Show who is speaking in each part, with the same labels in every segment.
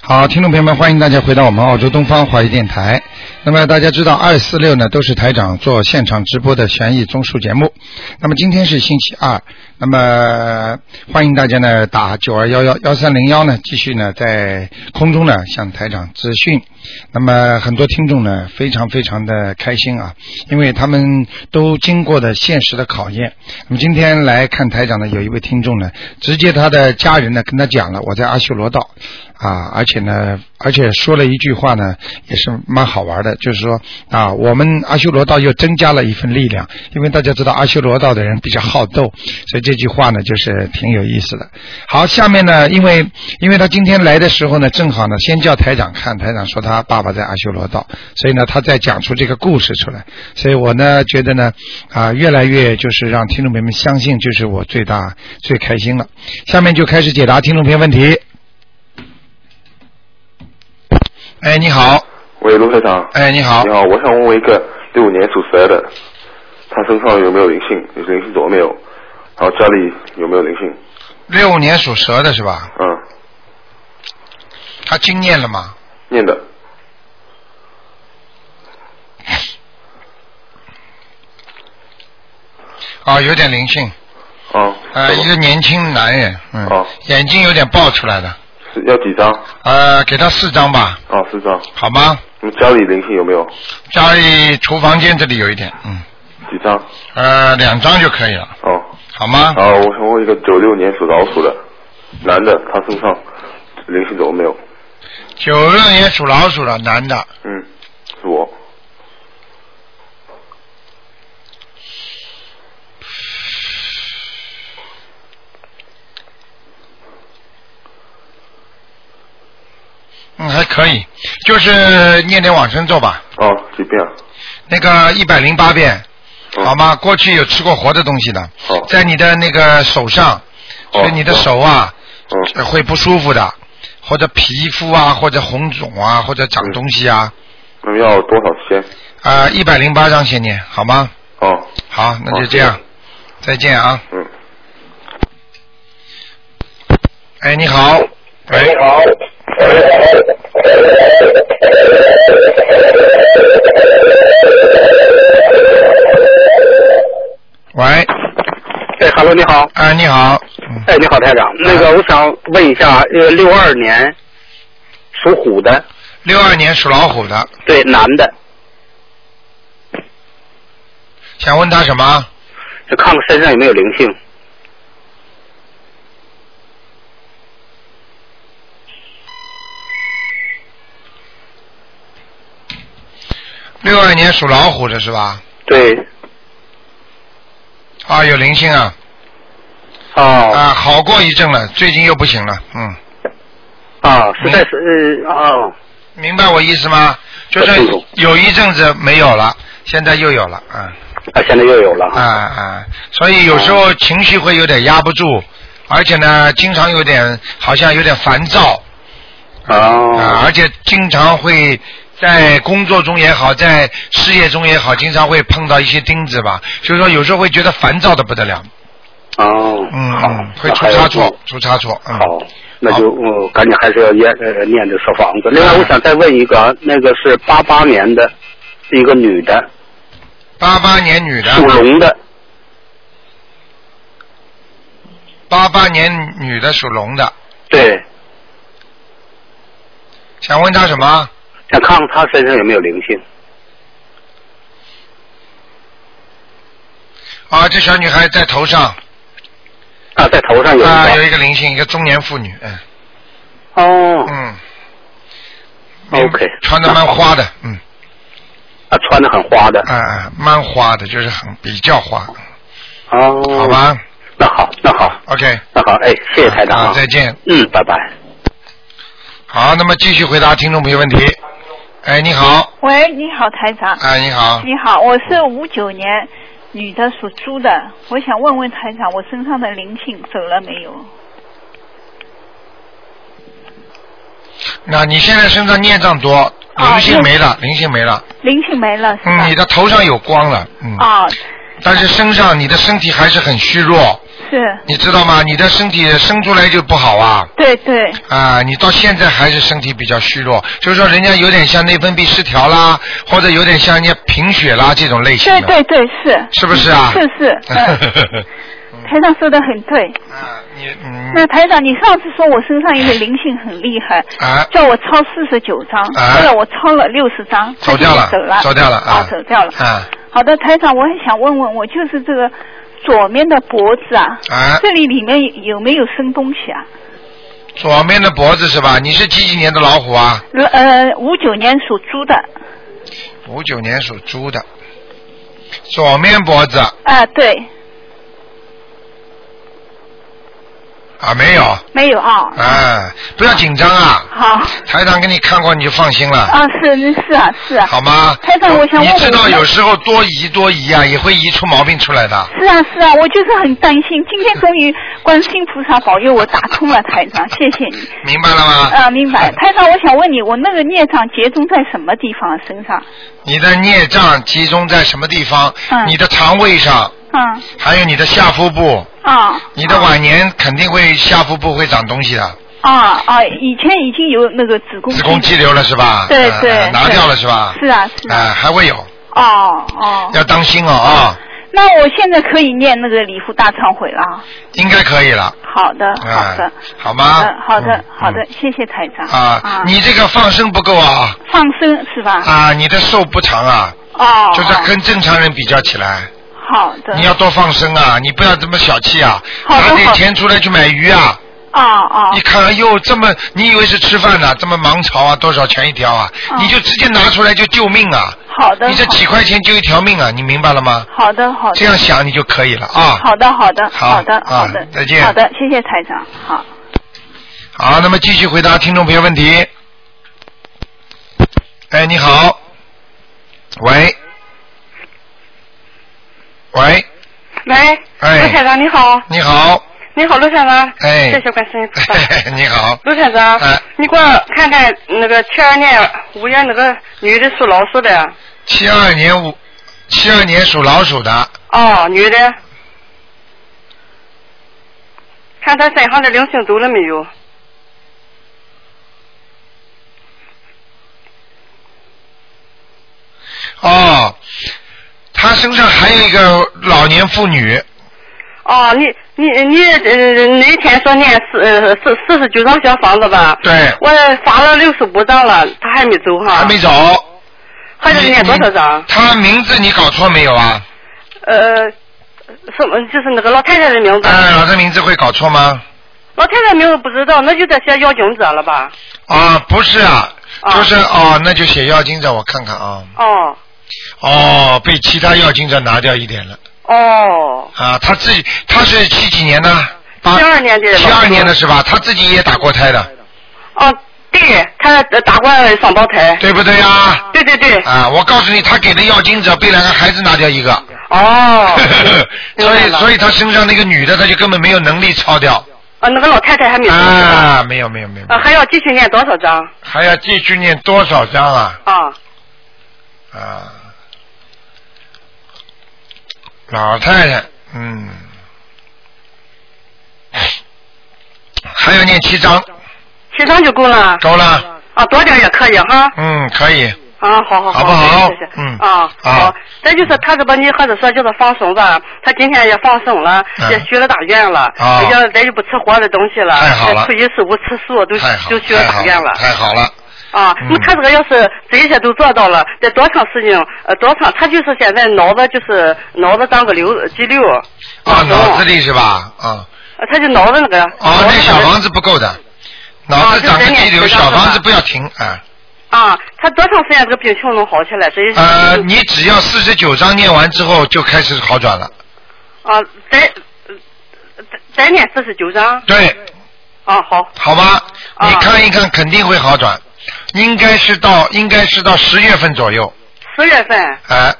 Speaker 1: 好，听众朋友们，欢迎大家回到我们澳洲东方华语电台。那么大家知道，二四六呢都是台长做现场直播的悬疑综述节目。那么今天是星期二，那么欢迎大家呢打九二幺幺幺三零幺呢，继续呢在空中呢向台长咨询。那么很多听众呢非常非常的开心啊，因为他们都经过的现实的考验。那么今天来看台长的有一位听众呢，直接他的家人呢跟他讲了，我在阿修罗道啊，而且呢，而且说了一句话呢，也是蛮好玩的，就是说啊，我们阿修罗道又增加了一份力量，因为大家知道阿修罗道的人比较好斗，所以这句话呢就是挺有意思的。好，下面呢，因为因为他今天来的时候呢，正好呢先叫台长看，台长说他爸爸在阿修罗道，所以呢他再讲出这个故事出来，所以我呢觉得呢啊越来越就是让听众朋友们相信，就是我最大最开心了。下面就开始解答听众朋友问题。哎，你好，
Speaker 2: 喂，卢科长。
Speaker 1: 哎，你好
Speaker 2: 你，好，我想问问一个六五年属蛇的，他身上有没有灵性？有灵性走了没有？然后家里有没有灵性？
Speaker 1: 六五年属蛇的是吧？
Speaker 2: 嗯，
Speaker 1: 他经验了吗？
Speaker 2: 念的。
Speaker 1: 啊、有点灵性，
Speaker 2: 哦。
Speaker 1: 呃，一个年轻男人，嗯，
Speaker 2: 哦
Speaker 1: 眼睛有点爆出来的，
Speaker 2: 是要几张？
Speaker 1: 呃，给他四张吧，
Speaker 2: 哦，四张。
Speaker 1: 好吗？
Speaker 2: 你家里灵性有没有？
Speaker 1: 家里厨房间这里有一点，嗯，
Speaker 2: 几张？
Speaker 1: 呃，两张就可以了，
Speaker 2: 哦。
Speaker 1: 好吗？
Speaker 2: 然后我想问一个九六年属老鼠的男的，他身上灵性走了没有？
Speaker 1: 九六年属老鼠的男的，
Speaker 2: 嗯，是我。
Speaker 1: 嗯，还可以，就是念点往生咒吧，
Speaker 2: 哦，几遍啊？
Speaker 1: 那个一百零八遍，
Speaker 2: 嗯
Speaker 1: 好？吗？过去有吃过活的东西的，
Speaker 2: 好。
Speaker 1: 在你的那个手上，
Speaker 2: 哦
Speaker 1: 所以你的手啊。
Speaker 2: 嗯。
Speaker 1: 会不舒服的，或者皮肤啊，或者红肿啊，或者长东西啊。
Speaker 2: 那么要多少钱？
Speaker 1: 啊、一百零八张先念，好吗？
Speaker 2: 哦，
Speaker 1: 好，那就这样
Speaker 2: 好，
Speaker 1: 再见啊！
Speaker 2: 嗯。
Speaker 1: 哎，你好，哎喂，你好，喂，
Speaker 3: 哎哈喽，你好。
Speaker 1: 哎，你好，嗯，
Speaker 3: 哎，你好，台长。那个，我想问一下，呃，六二年属虎的，
Speaker 1: 六二年属老虎的，
Speaker 3: 对，男的，
Speaker 1: 想问他什么？
Speaker 3: 就看看身上有没有灵性。
Speaker 1: 六二年属老虎的是吧？
Speaker 3: 对，
Speaker 1: 啊，有灵性啊，
Speaker 3: 哦，
Speaker 1: 啊，好过一阵了，最近又不行了，嗯，
Speaker 3: 啊，实在是，呃，哦，
Speaker 1: 明白我意思吗？就是
Speaker 3: 清楚
Speaker 1: 有一阵子没有了，现在又有了，嗯。
Speaker 3: 啊，现在又有了
Speaker 1: 啊
Speaker 3: 哈。
Speaker 1: 啊，所以有时候
Speaker 3: 哦
Speaker 1: 情绪会有点压不住，而且呢，经常有点好像有点烦躁啊，
Speaker 3: 哦，
Speaker 1: 而且经常会在工作中也好，在事业中也好，经常会碰到一些钉子吧，所以说有时候会觉得烦躁的不得了，
Speaker 3: 哦，
Speaker 1: 嗯
Speaker 3: 好
Speaker 1: 嗯，会
Speaker 3: 那
Speaker 1: 出
Speaker 3: 还有
Speaker 1: 差错，出差错，嗯，
Speaker 3: 好，那就我赶紧还是要念呃念这小房子。另
Speaker 1: 嗯
Speaker 3: 外，我想再问一个，那个是八八年的，是一个女的，
Speaker 1: 八八年女的，
Speaker 3: 属龙的，
Speaker 1: 八八年女的属龙的，
Speaker 3: 对，
Speaker 1: 想问她什么？
Speaker 3: 想看看她身上有没有灵性。
Speaker 1: 啊，这小女孩在头上
Speaker 3: 啊，在头上有一
Speaker 1: 啊有
Speaker 3: 个。
Speaker 1: 一个灵性，一个中年妇女，嗯
Speaker 3: 哦。
Speaker 1: 嗯
Speaker 3: OK，
Speaker 1: 穿的蛮花的，嗯。
Speaker 3: 啊，穿的很花的。
Speaker 1: 啊、啊，蛮花的，就是很比较花，
Speaker 3: 哦，
Speaker 1: 嗯好，吧
Speaker 3: 那好，那好，
Speaker 1: ？OK，
Speaker 3: 那好，哎，谢谢台长
Speaker 1: 啊
Speaker 3: 啊，
Speaker 1: 再见。
Speaker 3: 嗯，拜拜。
Speaker 1: 好，那么继续回答听众朋友问题。哎，你好，
Speaker 4: 喂，你好，台
Speaker 3: 嗯
Speaker 4: 长。
Speaker 1: 哎，你好，
Speaker 4: 你好，我是五九年女的，属猪的。我想问问台长，我身上的灵性走了没有？
Speaker 1: 那你现在身上孽障多，
Speaker 4: 啊
Speaker 1: 灵性
Speaker 4: 孽
Speaker 3: 嗯
Speaker 1: 没了，灵性没了，
Speaker 3: 啊
Speaker 4: 灵性没了是吧？
Speaker 1: 嗯，你的头上有光了，嗯，
Speaker 4: 啊，
Speaker 1: 但是身上你的身体还是很虚弱，
Speaker 4: 是，
Speaker 1: 你知道吗？你的身体生出来就不好啊。
Speaker 4: 对对，
Speaker 1: 啊，你到现在还是身体比较虚弱，就是说人家有点像内分泌失调啦，或者有点像人家贫血啦这种类型
Speaker 4: 对
Speaker 1: 的。
Speaker 4: 对对是。
Speaker 1: 是不是啊
Speaker 4: 是是， 嗯台长说的很对。
Speaker 1: 啊，你
Speaker 4: 那
Speaker 1: 嗯
Speaker 4: 台长，你上次说我身上一个灵性很厉害，
Speaker 1: 啊，
Speaker 4: 叫我抄四十九张，
Speaker 1: 啊
Speaker 4: 后来我抄了六十张，
Speaker 1: 走掉了
Speaker 4: 他就走了，，
Speaker 1: 走掉了
Speaker 4: 啊，走掉了。
Speaker 1: 啊
Speaker 4: 好的，台长，我很想问问，我就是这个左面的脖子啊，
Speaker 1: 啊，
Speaker 4: 这里里面有没有生东西啊？
Speaker 1: 左面的脖子是吧？你是几几年的老虎啊？
Speaker 4: 呃，五九年属猪的，
Speaker 1: 五九年属猪的，左面脖子
Speaker 4: 啊，对，
Speaker 1: 啊没有
Speaker 4: 没有啊，
Speaker 1: 啊，不要紧张啊，
Speaker 4: 好，
Speaker 1: 台长给你看过你就放心了，
Speaker 4: 啊，是是啊是啊，
Speaker 1: 好吗？
Speaker 4: 台长我想问
Speaker 1: 你知道
Speaker 4: 我
Speaker 1: 有时候多疑多疑啊，也会疑出毛病出来的。
Speaker 4: 是啊是啊，我就是很担心，今天终于观世音菩萨保佑我打通了，台 长，谢谢你。
Speaker 1: 明白了吗？
Speaker 4: 啊，明白。台长，我想问你，我那个孽障集中在什么地方啊身上？
Speaker 1: 你的孽障集中在什么地方？
Speaker 4: 嗯
Speaker 1: 你的肠胃上，
Speaker 4: 嗯
Speaker 1: 还有你的下腹部，
Speaker 4: 啊
Speaker 1: 你的晚年肯定会下腹部会长东西的，
Speaker 4: 啊啊！以前已经有那个子宫
Speaker 1: 子宫肌瘤了是吧？
Speaker 4: 对
Speaker 1: 呃
Speaker 4: 对
Speaker 1: 呃拿掉了
Speaker 4: 对
Speaker 1: 是吧？
Speaker 4: 是啊是啊
Speaker 1: 啊，还会有，
Speaker 4: 哦哦。
Speaker 1: 要当心哦啊，
Speaker 4: 那我现在可以念那个礼佛大忏悔了啊。
Speaker 1: 应该可以了，
Speaker 4: 好的，好的
Speaker 1: 啊，，好
Speaker 4: 好
Speaker 1: 吗
Speaker 4: 的，？好的
Speaker 1: 嗯，
Speaker 4: 好的，。谢谢台长。
Speaker 1: 嗯啊，你这个放生不够啊，
Speaker 4: 放生是吧？
Speaker 1: 啊，你的寿不长啊，
Speaker 4: 哦，
Speaker 1: 就是
Speaker 4: 哦
Speaker 1: 跟正常人比较起来，
Speaker 4: 好的。
Speaker 1: 你要多放生啊，你不要这么小气啊，
Speaker 4: 好的
Speaker 1: 拿点
Speaker 4: 好的
Speaker 1: 钱出来去买鱼啊。
Speaker 4: 哦哦
Speaker 1: 你看，哎呦，这么你以为是吃饭呢、这么芒草啊，多少钱一条啊？
Speaker 4: 嗯
Speaker 1: 你就直接拿出来就救命啊！
Speaker 4: 好的，
Speaker 1: 你这几块钱救一条命啊，你明白了吗？
Speaker 4: 好的好的
Speaker 1: 这。样想你就可以了啊。
Speaker 4: 好的，好的，
Speaker 1: 好
Speaker 4: 好的，
Speaker 1: 啊
Speaker 4: 好的，
Speaker 1: 再见
Speaker 4: 好的，谢谢台长，好。
Speaker 1: 好，那么继续回答听众朋友问题。哎，你好，喂，喂，
Speaker 5: 喂，
Speaker 1: 哎
Speaker 5: 卢台长你好，
Speaker 1: 你好，
Speaker 5: 你好卢台长，
Speaker 1: 哎
Speaker 5: 谢谢关心，
Speaker 1: 你好，
Speaker 5: 卢台长，
Speaker 1: 哎
Speaker 5: 你给我看看那个七二年啊五月那个女的属老鼠的，
Speaker 1: 七二年五，七二年属老鼠的，
Speaker 5: 哦，女的，看她身上的灵性走了没有？
Speaker 1: 哦，他身上还有一个老年妇女，
Speaker 5: 哦，你你你呃那天说念四呃四四十九张小房子吧？
Speaker 1: 对
Speaker 5: 我发了六十五张了，她还没走哈？
Speaker 1: 还没走。
Speaker 5: 还得
Speaker 1: 你
Speaker 5: 念多少
Speaker 1: 你
Speaker 5: 张？
Speaker 1: 他名字你搞错没有啊？
Speaker 5: 呃，什么就是那个老太太的名字？
Speaker 1: 哎，老师名字会搞错吗？
Speaker 5: 老太太名字不知道，那就得写邀请者了吧？
Speaker 1: 啊，不是啊，
Speaker 5: 啊
Speaker 1: 就是哦，那就写药精者，我看看啊。
Speaker 5: 哦
Speaker 1: 哦，被其他药精者拿掉一点了
Speaker 5: 哦，
Speaker 1: 啊。他自己他是七几年的？八
Speaker 5: 72年的
Speaker 1: 七二年的是吧？他自己也打过胎的，
Speaker 5: 哦，对，她呃打过双胞胎。
Speaker 1: 对不对啊？
Speaker 5: 对对对。
Speaker 1: 啊，我告诉你，他给的药精者被两个孩子拿掉一个。。
Speaker 5: 哦
Speaker 1: 所以，所
Speaker 5: 以
Speaker 1: 以他身上那个女的，他就根本没有能力抄掉。
Speaker 5: 啊，那个老太太还没走是吧
Speaker 1: 啊，没有没有没有，
Speaker 5: 啊，还要继续念多少张？
Speaker 1: 还要继续念多少章啊？
Speaker 5: 啊，
Speaker 1: 啊，老太太，嗯，还要念七章，
Speaker 5: 七张就够了。
Speaker 1: 够了，
Speaker 5: 啊，多点也可以哈。
Speaker 1: 嗯，可以，
Speaker 5: 啊，好好
Speaker 1: 好不好
Speaker 5: 谢谢谢谢。
Speaker 1: 嗯
Speaker 5: 啊，
Speaker 1: 啊
Speaker 5: 好。再就是他这个你或者说就是放生吧，他今天也放生了，
Speaker 1: 嗯
Speaker 5: 也许了大愿了，
Speaker 1: 啊
Speaker 5: 也就咱就不吃活的东西了，
Speaker 1: 太好了
Speaker 5: 初一十五吃素都
Speaker 1: 太好，
Speaker 5: 就许了
Speaker 1: 太好
Speaker 5: 大愿了。
Speaker 1: 太好了，
Speaker 5: 啊，
Speaker 1: 嗯
Speaker 5: 那么他这个要是这些都做到了，得多长时间？呃，多长？他就是现在脑子就是脑子长个瘤肌瘤，
Speaker 1: 啊，
Speaker 5: 脑
Speaker 1: 脑子里是吧？啊，
Speaker 5: 呃他就脑子那个。
Speaker 1: 哦，
Speaker 5: 脑
Speaker 1: 那
Speaker 5: 子
Speaker 1: 小
Speaker 5: 个
Speaker 1: 房子不够的，脑
Speaker 5: 啊
Speaker 1: 子
Speaker 5: 就
Speaker 1: 长个
Speaker 5: 得念
Speaker 1: 肌瘤，
Speaker 5: 七章
Speaker 1: 小
Speaker 5: 是吧
Speaker 1: 房子不要停啊。
Speaker 5: 啊，他多长时间这个病情能好起来？这一
Speaker 1: 呃，你只要四十九章念完之后就开始好转了。
Speaker 5: 啊，咱呃咱咱念四十九章。
Speaker 1: 对，
Speaker 5: 啊，好。
Speaker 1: 好吧，
Speaker 5: 啊
Speaker 1: 你看一看，肯定会好转，应该是到应该是到十月份左右，
Speaker 5: 十月份，
Speaker 1: 哎、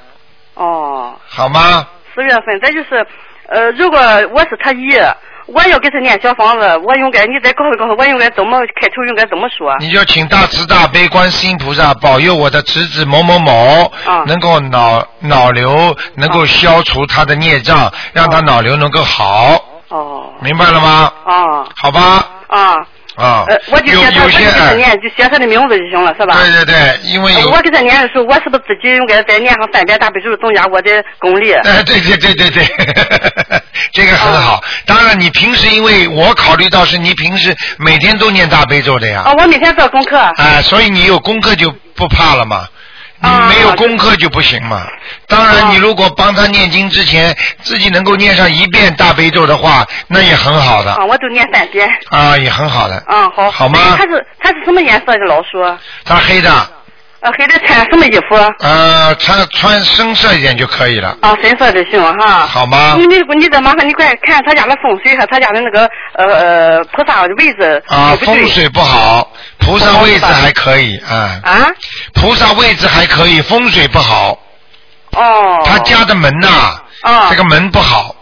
Speaker 5: 哦，
Speaker 1: 好吗？
Speaker 5: 十月份，再就是，呃，如果我是他姨，我要给他念小房子，我应该你再告诉告诉我应该怎么开头应该怎么说？
Speaker 1: 你就请大慈大悲观世音菩萨保佑我的侄子某某某，
Speaker 5: 啊
Speaker 1: 能够脑脑瘤能够消除他的孽
Speaker 5: 啊
Speaker 1: 障，让他脑瘤能够好，
Speaker 5: 哦，
Speaker 1: 明白了吗？
Speaker 5: 啊
Speaker 1: 好吧，
Speaker 5: 啊，
Speaker 1: 啊
Speaker 5: 呃，，我就
Speaker 1: 有
Speaker 5: 写他，
Speaker 1: 有
Speaker 5: 我就
Speaker 1: 些
Speaker 5: 给他
Speaker 1: 哎
Speaker 5: 念，就写他的名字就行了，是吧？
Speaker 1: 对对对，因为
Speaker 5: 呃
Speaker 1: 有
Speaker 5: 我给他念的时候，我是不是自己应该再念上三遍大悲咒，增加我的功力？
Speaker 1: 哎， 对对对对对， 这个很好。
Speaker 5: 啊
Speaker 1: 当然，你平时因为我考虑到是你平时每天都念大悲咒的呀，
Speaker 5: 啊，我每天做功课。
Speaker 1: 哎，所以你有功课就不怕了嘛。你
Speaker 5: 啊
Speaker 1: 没有功课就不行嘛。当然，
Speaker 5: 啊
Speaker 1: 你如果帮他念经之前自己能够念上一遍大悲咒的话，那也很好的
Speaker 5: 啊，我都念三遍。
Speaker 1: 啊，也很好的。
Speaker 5: 啊，好。
Speaker 1: 好吗
Speaker 5: 它是它是什么颜色的老鼠？
Speaker 1: 他黑的，
Speaker 5: 呃，还得穿什么衣服？
Speaker 1: 呃，穿穿深色一点就可以了，
Speaker 5: 啊，深色的行哈。
Speaker 1: 好吗
Speaker 5: 你？你你得麻烦你快看他家的风水和他家的那个呃呃菩萨的位置
Speaker 1: 啊，
Speaker 5: 对不对
Speaker 1: 风水不好，菩萨位置还可以 啊。
Speaker 5: 啊？
Speaker 1: 菩萨位置还可以，风水不好，
Speaker 5: 哦。
Speaker 1: 他家的门呐、
Speaker 5: 啊
Speaker 1: 这个门不好，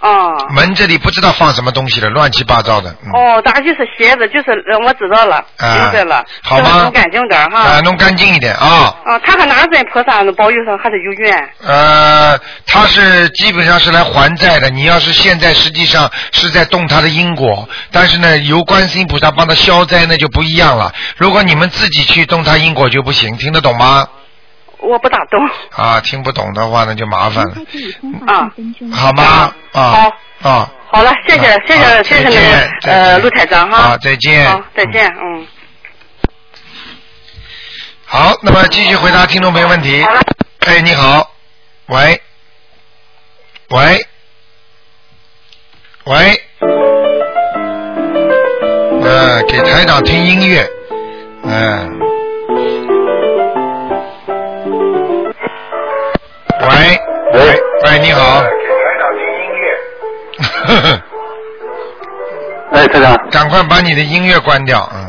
Speaker 5: 啊。
Speaker 1: 门这里不知道放什么东西了，乱七八糟的。嗯、
Speaker 5: 哦，大概就是鞋子，就是呃我知道了，
Speaker 1: 啊
Speaker 5: 明白了，
Speaker 1: 好
Speaker 5: 就是
Speaker 1: 吗
Speaker 5: 弄干净点儿
Speaker 1: 啊，
Speaker 5: 哈。
Speaker 1: 弄干净一点啊。
Speaker 5: 啊，他和哪尊菩萨呢？保佑上还是有缘。
Speaker 1: 呃，他是基本上是来还债的。你要是现在实际上是在动他的因果，但是呢，由观世音菩萨帮他消灾，那就不一样了。如果你们自己去动他因果就不行，听得懂吗？
Speaker 5: 我不大懂。
Speaker 1: 啊，听不懂的话那就麻烦了，
Speaker 5: 啊
Speaker 1: 好吗？嗯啊啊，
Speaker 5: 好了，谢谢
Speaker 1: 啊
Speaker 5: 谢
Speaker 1: 啊
Speaker 5: 谢谢
Speaker 1: 再
Speaker 5: 谢那
Speaker 1: 见
Speaker 5: 个
Speaker 1: 再
Speaker 5: 呃
Speaker 1: 见
Speaker 5: 陆台长哈
Speaker 1: 啊，。再见，
Speaker 5: 好，再见，嗯。
Speaker 1: 好，那么继续回答听众朋友问题
Speaker 5: 好了。
Speaker 1: 哎，你好，喂，喂，喂，嗯、给台长听音乐，嗯、喂，
Speaker 3: 哎
Speaker 1: 喂，喂，你好。给台长听音乐。
Speaker 6: 哎，台长，
Speaker 1: 赶快把你的音乐关掉，嗯，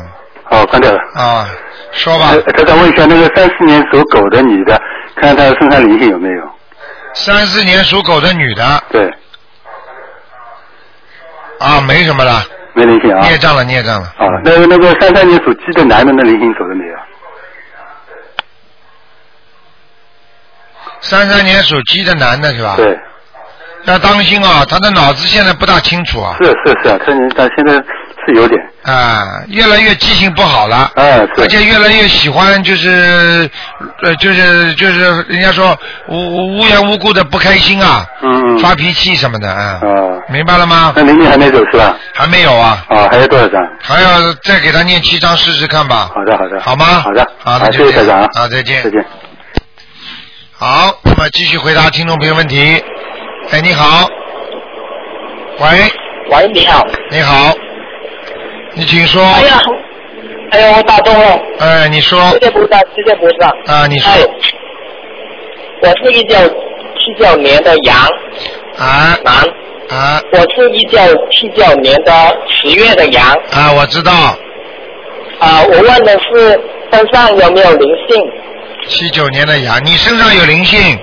Speaker 3: 哦
Speaker 6: 好，关掉了。
Speaker 1: 啊，说吧
Speaker 6: 呃，台长，问一下，那个三四年属狗的女的，看看她身上灵性有没有？
Speaker 1: 三四年属狗的女的
Speaker 6: 对，
Speaker 1: 啊，没什么了。
Speaker 6: 没灵性啊。
Speaker 1: 孽障了，孽障了。
Speaker 6: 啊，那个那个三三年属鸡的男的，那灵性走了没有？
Speaker 1: 三三年属鸡的男的是吧？
Speaker 6: 对，
Speaker 1: 要当心啊，他的脑子现在不大清楚啊
Speaker 6: 是，是是啊，他他现在是有点，
Speaker 1: 啊，越来越记性不好了，
Speaker 6: 哎，
Speaker 1: 而
Speaker 6: 是，
Speaker 1: 且越来越喜欢就是，呃，就是就是人家说无无缘无故的不开心啊，
Speaker 6: 嗯嗯，
Speaker 1: 发脾气什么的啊，
Speaker 6: 啊，
Speaker 1: 明白了吗
Speaker 6: 那？灵性还没走是吧？
Speaker 1: 还没有啊，
Speaker 6: 啊，还有多少张？
Speaker 1: 还要再给他念七章试试看吧。
Speaker 6: 好的，好的，
Speaker 1: 好吗
Speaker 6: 好的，
Speaker 1: 好那
Speaker 6: 啊
Speaker 1: 就
Speaker 6: 谢谢台
Speaker 1: 这样
Speaker 6: 长啊，
Speaker 1: 啊再见
Speaker 6: 再见。
Speaker 1: 好，那么继续回答听众朋友问题。哎，你好，喂，
Speaker 3: 喂，你好。
Speaker 1: 你好，你请说。
Speaker 3: 哎呀，哎呀，我打通了，
Speaker 1: 哎，你说
Speaker 3: 谢谢菩萨，谢谢菩萨。
Speaker 1: 啊，你说
Speaker 3: 哎，我是一九七九年的羊哎
Speaker 1: 啊
Speaker 3: 男，
Speaker 1: 啊
Speaker 3: 我是一九七九年的十月的羊。
Speaker 1: 啊，我知道，
Speaker 3: 啊、我问的是身上有没有灵性？
Speaker 1: 七九年的羊，你身上有灵性，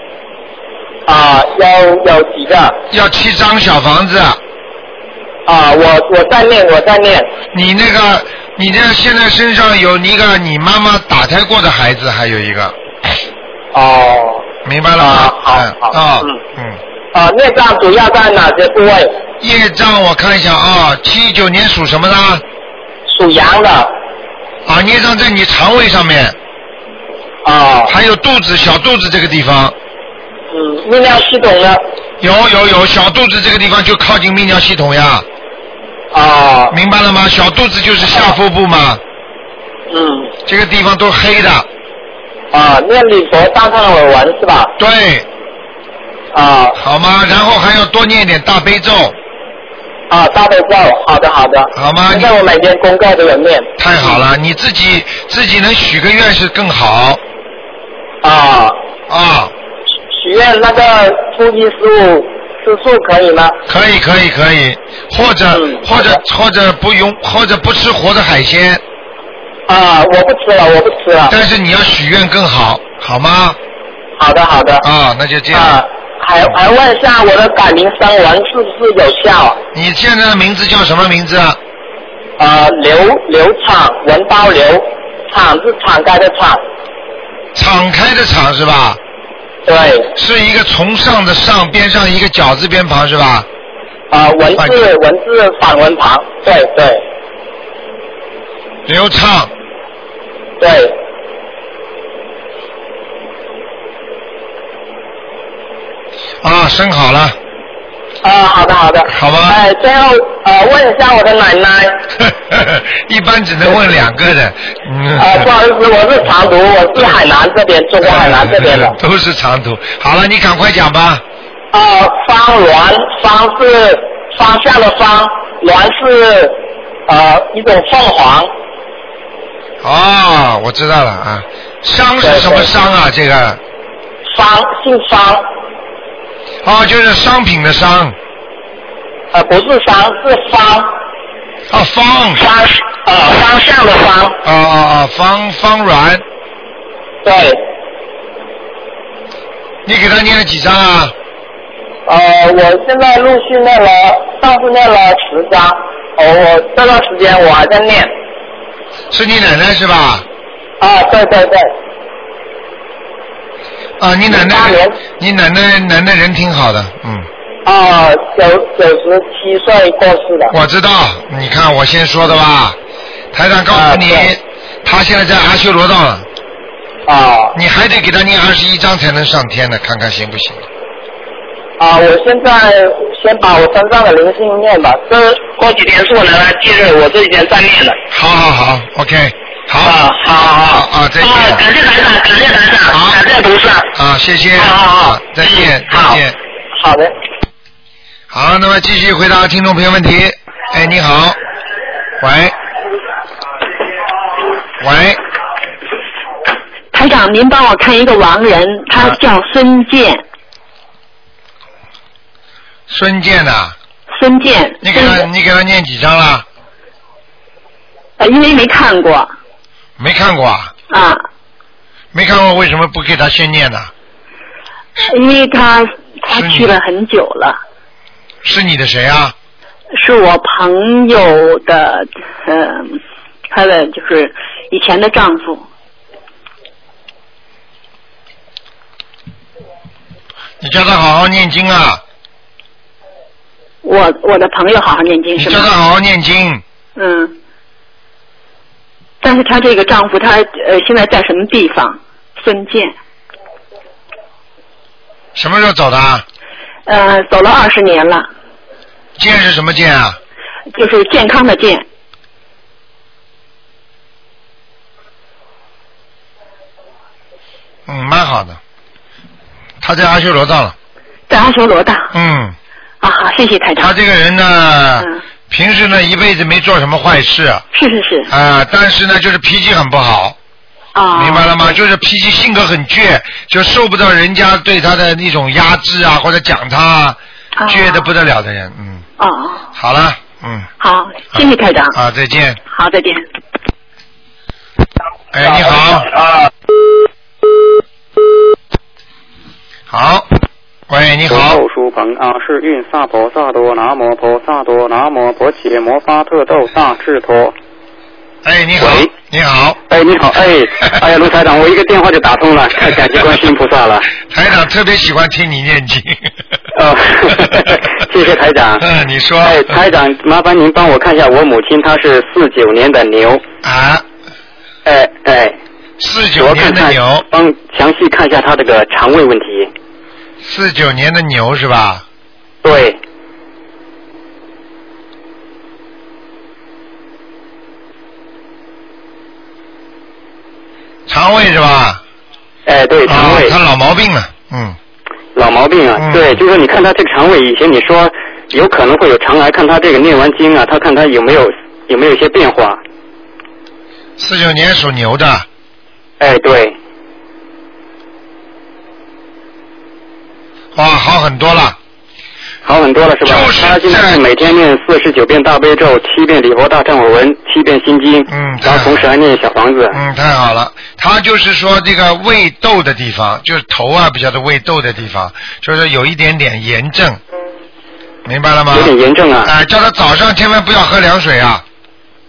Speaker 3: 啊、有有几个？
Speaker 1: 要七张小房子。
Speaker 3: 啊、我我在念，我在念。
Speaker 1: 你那个，你这现在身上有一个你妈妈打胎过的孩子，还有一个，
Speaker 3: 哦，
Speaker 1: 明白了吗？
Speaker 3: 啊好好
Speaker 1: 啊
Speaker 3: 嗯
Speaker 1: 嗯，
Speaker 3: 啊、孽障主要在哪些部位？
Speaker 1: 业障我看一下啊，七九年属什么呢？
Speaker 3: 属羊的。
Speaker 1: 啊，孽障在你肠胃上面，
Speaker 3: 哦，
Speaker 1: 还有肚子小肚子这个地方，
Speaker 3: 嗯，泌尿系统呢？
Speaker 1: 有有有，小肚子这个地方就靠近泌尿系统呀，
Speaker 3: 哦，
Speaker 1: 明白了吗？小肚子就是下腹部嘛，
Speaker 3: 嗯。
Speaker 1: 这个地方都黑的，
Speaker 3: 啊，念礼佛大忏悔文是吧？
Speaker 1: 对，
Speaker 3: 啊
Speaker 1: 好吗？然后还要多念一点大悲咒，
Speaker 3: 啊，大悲咒，好的好的。
Speaker 1: 好吗
Speaker 3: 现在我每天功课都有念。
Speaker 1: 太好了，你自己自己能许个愿是更好
Speaker 3: 啊，
Speaker 1: 啊，
Speaker 3: 许愿那个初一十五吃素可以吗？
Speaker 1: 可以可以可以，或者
Speaker 3: 嗯
Speaker 1: 或者或者不用或者不吃活的海鲜，
Speaker 3: 啊，我不吃了，我不
Speaker 1: 嗯
Speaker 3: 吃了。
Speaker 1: 但是你要许愿更好，好吗？
Speaker 3: 好的好的。
Speaker 1: 啊，那就这样。
Speaker 3: 啊，还还问一下我的改名声纹是不是有效？啊
Speaker 1: 你现在的名字叫什么名字啊？
Speaker 3: 呃，刘刘厂文包刘，厂是敞开的厂，
Speaker 1: 敞开的敞是吧？
Speaker 3: 对，
Speaker 1: 是一个从上的上，边上一个饺字边旁是吧？
Speaker 3: 呃，文
Speaker 1: 反
Speaker 3: 字文字反文旁，对对
Speaker 1: 刘畅，
Speaker 3: 对，
Speaker 1: 啊，生好了，
Speaker 3: 啊、好的好的，
Speaker 1: 好吧
Speaker 3: 哎，最后呃问一下我的奶奶，
Speaker 1: 一般只能问两个的。嗯。，
Speaker 3: 呃，不好意思，我是长途，我是海南这边，中国海南这边的
Speaker 1: 都是长途。好了，你赶快讲吧。
Speaker 3: 呃，方栾方是方向的方，栾是呃一种凤凰，
Speaker 1: 哦，我知道了啊。伤是什么伤啊？这个
Speaker 3: 方姓方，
Speaker 1: 哦，就是商品的商
Speaker 3: 呃不是方是方
Speaker 1: 啊，方
Speaker 3: 方呃方向的方，
Speaker 1: 啊啊啊，方方软。
Speaker 3: 对，
Speaker 1: 你给他念了几张啊？
Speaker 3: 呃我现在陆续念了，上次念了十张，哦我这段时间我还在念，
Speaker 1: 是你奶奶是吧？
Speaker 3: 啊对对对，
Speaker 1: 啊，你奶
Speaker 3: 八
Speaker 1: 奶
Speaker 3: 年，
Speaker 1: 你奶奶奶奶人挺好的，嗯，
Speaker 3: 啊九九十七岁过世的，
Speaker 1: 我知道。你看我先说的吧，台长告诉
Speaker 3: 啊
Speaker 1: 你
Speaker 3: 对，
Speaker 1: 他现在在阿修罗道了，
Speaker 3: 啊
Speaker 1: 你还得给他念二十一章才能上天呢，看看行不行？
Speaker 3: 啊我现在先把我身上的灵性念吧，这过几天是我奶奶忌日，我这几天在念的。
Speaker 1: 好好好，OK，好，
Speaker 3: 啊，好好
Speaker 1: 好啊再见
Speaker 3: 啊，感谢台长，感谢台
Speaker 1: 好
Speaker 3: 长，感谢同事。
Speaker 1: 啊，谢谢，
Speaker 3: 好好好
Speaker 1: 啊，再见，
Speaker 3: 嗯好
Speaker 1: 再见。
Speaker 3: 好的。
Speaker 1: 好，那么继续回答听众朋友问题。哎，你好，喂，喂，
Speaker 7: 台长，您帮我看一个亡人，他
Speaker 1: 啊
Speaker 7: 叫孙健，
Speaker 1: 孙健呐、啊
Speaker 7: 孙健，
Speaker 1: 你给他
Speaker 7: 孙
Speaker 1: 你给他念几张了？
Speaker 7: 呃，因为没看过
Speaker 1: 没看过啊？
Speaker 7: 啊，
Speaker 1: 没看过，为什么不给他先念啊呢？
Speaker 7: 因为他他
Speaker 1: 是你
Speaker 7: 去了很久了，
Speaker 1: 是你的谁啊？
Speaker 7: 是我朋友的，呃，他的就是以前的丈夫，
Speaker 1: 你叫他好好念经啊！
Speaker 7: 我我的朋友好好念经
Speaker 1: 你
Speaker 7: 是
Speaker 1: 叫他
Speaker 7: 吗？
Speaker 1: 好好念经。
Speaker 7: 嗯。但是他这个丈夫，他呃现在在什么地方？孙健，
Speaker 1: 什么时候走的啊？
Speaker 7: 呃，走了二十年了，
Speaker 1: 健是什么健啊？
Speaker 7: 就是健康的健，
Speaker 1: 嗯，蛮好的。他在阿修罗道了。
Speaker 7: 在阿修罗道。
Speaker 1: 嗯，
Speaker 7: 啊，好，谢谢台长。
Speaker 1: 他这个人呢，
Speaker 7: 嗯
Speaker 1: 平时呢一辈子没做什么坏事啊、
Speaker 7: 是是是
Speaker 1: 但是呢就是脾气很不好，
Speaker 7: 啊，
Speaker 1: 明白了吗？就是脾气性格很倔，就受不到人家对他的那种压制啊，或者讲他啊，
Speaker 7: 啊
Speaker 1: 倔得不得了的人。嗯，
Speaker 7: 哦哦，
Speaker 1: 好了，嗯，
Speaker 7: 好，谢谢台长，
Speaker 1: 啊，再见。
Speaker 7: 好，再见。
Speaker 1: 哎，你好。啊。好，喂，你好
Speaker 8: 咒，书本啊，是运萨婆萨多南摩婆萨多南摩婆伽摩发特豆大智陀。
Speaker 1: 哎，你好
Speaker 8: 喂，
Speaker 1: 你好，
Speaker 8: 哎，你好， 哎，哎呀，卢台长，我一个电话就打通了，太感啊谢观世音菩萨了。
Speaker 1: 台长特别喜欢听你念经。
Speaker 8: 哦谢谢台长
Speaker 1: 嗯，你说。
Speaker 8: 哎，台长，麻烦您帮我看一下，我母亲她是四九年的牛，
Speaker 1: 啊，
Speaker 8: 哎哎，
Speaker 1: 四
Speaker 8: 我
Speaker 1: 九
Speaker 8: 看
Speaker 1: 年的
Speaker 8: 看
Speaker 1: 牛，，
Speaker 8: 帮详细看一下她这个肠胃问题。
Speaker 1: 四九年的牛是吧？
Speaker 8: 对，
Speaker 1: 肠胃是吧？
Speaker 8: 哎对，肠
Speaker 1: 啊
Speaker 8: 胃、
Speaker 1: 他老毛病了，嗯，
Speaker 8: 老毛病啊，
Speaker 1: 嗯
Speaker 8: 对，就是你看他这个肠胃，以前你说有可能会有肠癌，看他这个念完经啊，他看他有没有有没有一些变化。
Speaker 1: 四九年属牛的，
Speaker 8: 哎，对，
Speaker 1: 哇，好很多了。
Speaker 8: 好很多了是吧？他现在是每天念四十九遍大悲咒，七遍礼佛大忏悔文，七遍心经，
Speaker 1: 嗯
Speaker 8: 然后同时还念小房子。
Speaker 1: 嗯，太好了，他就是说这个胃窦的地方，就是头啊比较的胃窦的地方，就是有一点点炎症，明白了吗？
Speaker 8: 有点炎症啊
Speaker 1: 哎、叫他早上千万不要喝凉水啊，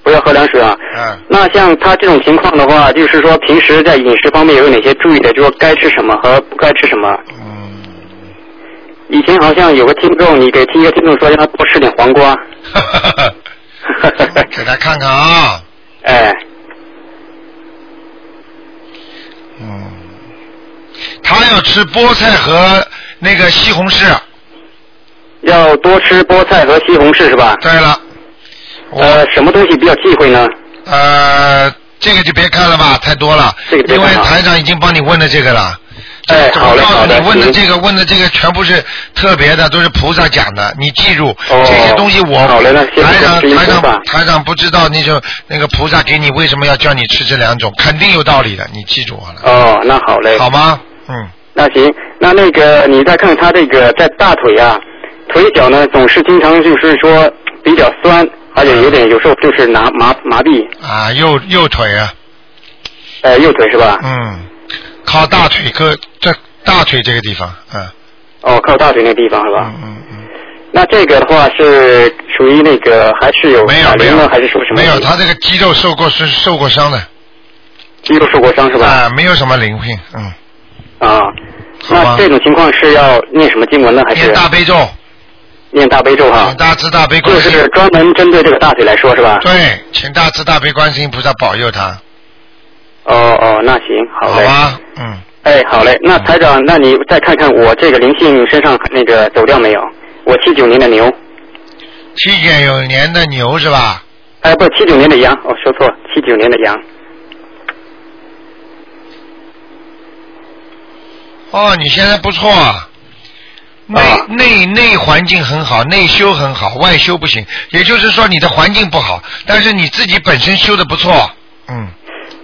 Speaker 8: 不要喝凉水啊。
Speaker 1: 嗯，
Speaker 8: 那像他这种情况的话，就是说平时在饮食方面有哪些注意的？就是说该吃什么和不该吃什么。嗯。以前好像有个听众，你给听一个听众说让他多吃点黄瓜。
Speaker 1: 给他看看啊，
Speaker 8: 哎，
Speaker 1: 嗯，他要吃菠菜和那个西红柿。
Speaker 8: 要多吃菠菜和西红柿是吧？
Speaker 1: 对了，
Speaker 8: 呃，什么东西比较忌讳呢？
Speaker 1: 呃，这个就别看了吧，太多了，
Speaker 8: 这个别
Speaker 1: 因
Speaker 8: 看
Speaker 1: 为
Speaker 8: 了
Speaker 1: 台长已经帮你问了这个了。
Speaker 8: 哎
Speaker 1: 这个
Speaker 8: 好嘞
Speaker 1: 我告
Speaker 8: 好
Speaker 1: 诉
Speaker 8: 的
Speaker 1: 你，问的
Speaker 8: 行
Speaker 1: 这个问的这个全部是特别的，都是菩萨讲的，你记住、
Speaker 8: 哦
Speaker 1: 这些东西我。
Speaker 8: 好嘞那谢谢
Speaker 1: 台长
Speaker 8: 谢谢
Speaker 1: 台
Speaker 8: 菩萨
Speaker 1: 长台长不知道，那就那个菩萨给你为什么要叫你吃这两种，肯定有道理的，你记住我了，
Speaker 8: 哦，那好嘞。
Speaker 1: 好吗？嗯，
Speaker 8: 那行，那那个你再看他这个在大腿啊、腿脚呢，总是经常就是说比较酸，而且有点有时候就是麻麻麻痹，
Speaker 1: 啊，右右腿啊，
Speaker 8: 呃，右腿是吧？
Speaker 1: 嗯，靠大腿哥，这大腿这个地方，嗯
Speaker 8: 哦，靠大腿那地方是吧？
Speaker 1: 嗯嗯嗯。
Speaker 8: 那这个的话是属于那个还是有
Speaker 1: 没有
Speaker 8: 打
Speaker 1: 没
Speaker 8: 铃
Speaker 1: 有
Speaker 8: 呢，还是说什么？
Speaker 1: 没有，他这个肌肉受过是受过伤的
Speaker 8: 肌肉受过伤是吧？
Speaker 1: 啊，没有什么灵性，嗯，
Speaker 8: 啊，
Speaker 1: 好吧
Speaker 8: 那这种情况是要哦念什么经文呢？还
Speaker 1: 念
Speaker 8: 是
Speaker 1: 大悲咒，
Speaker 8: 念大悲咒哈
Speaker 1: 请？大慈大悲
Speaker 8: 就
Speaker 1: 观世
Speaker 8: 是啊
Speaker 1: 音，
Speaker 8: 专门针对这个大腿来说是吧？
Speaker 1: 对，请大慈大悲观世音菩萨保佑他，
Speaker 8: 哦哦，那行，好
Speaker 1: 好嗯
Speaker 8: 嘞。
Speaker 1: 吧，嗯，
Speaker 8: 哎，好嘞，那台长，那你再看看我这个灵性身上那个走掉没有？我七九年的牛，
Speaker 1: 七九年的牛是吧？
Speaker 8: 哎，不，七九年的羊，哦，说错，七九年的羊，
Speaker 1: 哦，你现在不错啊，内、
Speaker 8: 啊
Speaker 1: 内内环境很好，内修很好，外修不行，也就是说你的环境不好，但是你自己本身修的不错，嗯。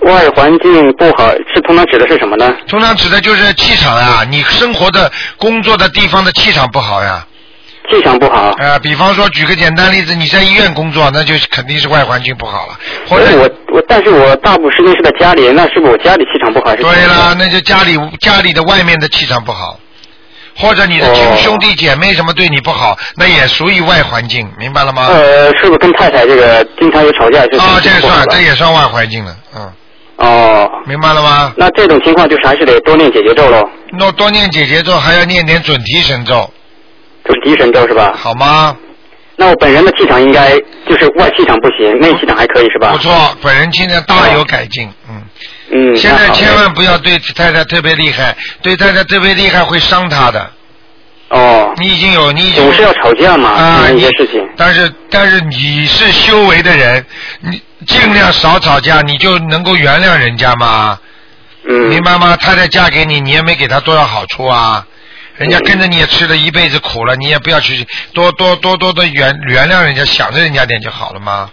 Speaker 8: 外环境不好，是通常指的是什么呢？
Speaker 1: 通常指的就是气场啊，你生活的、工作的地方的气场不好呀、
Speaker 8: 气场不好。
Speaker 1: 呃，比方说举个简单例子，你在医院工作，那就肯定是外环境不好了，或
Speaker 8: 哎
Speaker 1: 者。
Speaker 8: 我我，但是我大部分时间是在家里，那是不是我家里气场不好？还是
Speaker 1: 对了，，那就家里家里的外面的气场不好，或者你的亲
Speaker 8: 哦
Speaker 1: 兄弟姐妹什么对你不好，那也属于外环境，明白了吗？
Speaker 8: 呃，是不是跟太太这个经常有吵架？就是
Speaker 1: 啊，这
Speaker 8: 不好
Speaker 1: 算
Speaker 8: 了
Speaker 1: 这也算外环境了，嗯，
Speaker 8: 哦，
Speaker 1: 明白了吗？
Speaker 8: 那这种情况就是还是得多念解决咒喽，
Speaker 1: 那多念姐姐咒，还要念点准提神咒，
Speaker 8: 就是提神咒是吧？
Speaker 1: 好吗？
Speaker 8: 那我本人的气场应该就是外气场不行，内气场还可以是吧？
Speaker 1: 不错，本人现在大有改进，嗯。
Speaker 8: 嗯，
Speaker 1: 现
Speaker 8: 那
Speaker 1: 在
Speaker 8: 好嘞
Speaker 1: 千万不要对太太特别厉害，对太太特别厉害会伤她的。
Speaker 8: 哦，
Speaker 1: 你已经有，你已经
Speaker 8: 总是要吵架嘛，
Speaker 1: 啊，
Speaker 8: 一
Speaker 1: 你
Speaker 8: 些事情。
Speaker 1: 但是但是你是修为的人，你尽量少吵架，你就能够原谅人家嘛，
Speaker 8: 嗯，
Speaker 1: 明。白吗？太太嫁给你，你也没给她多少好处啊。人家
Speaker 8: 嗯
Speaker 1: 跟着你也吃了一辈子苦了，你也不要去多多多多的原原谅人家，想着人家点就好了嘛。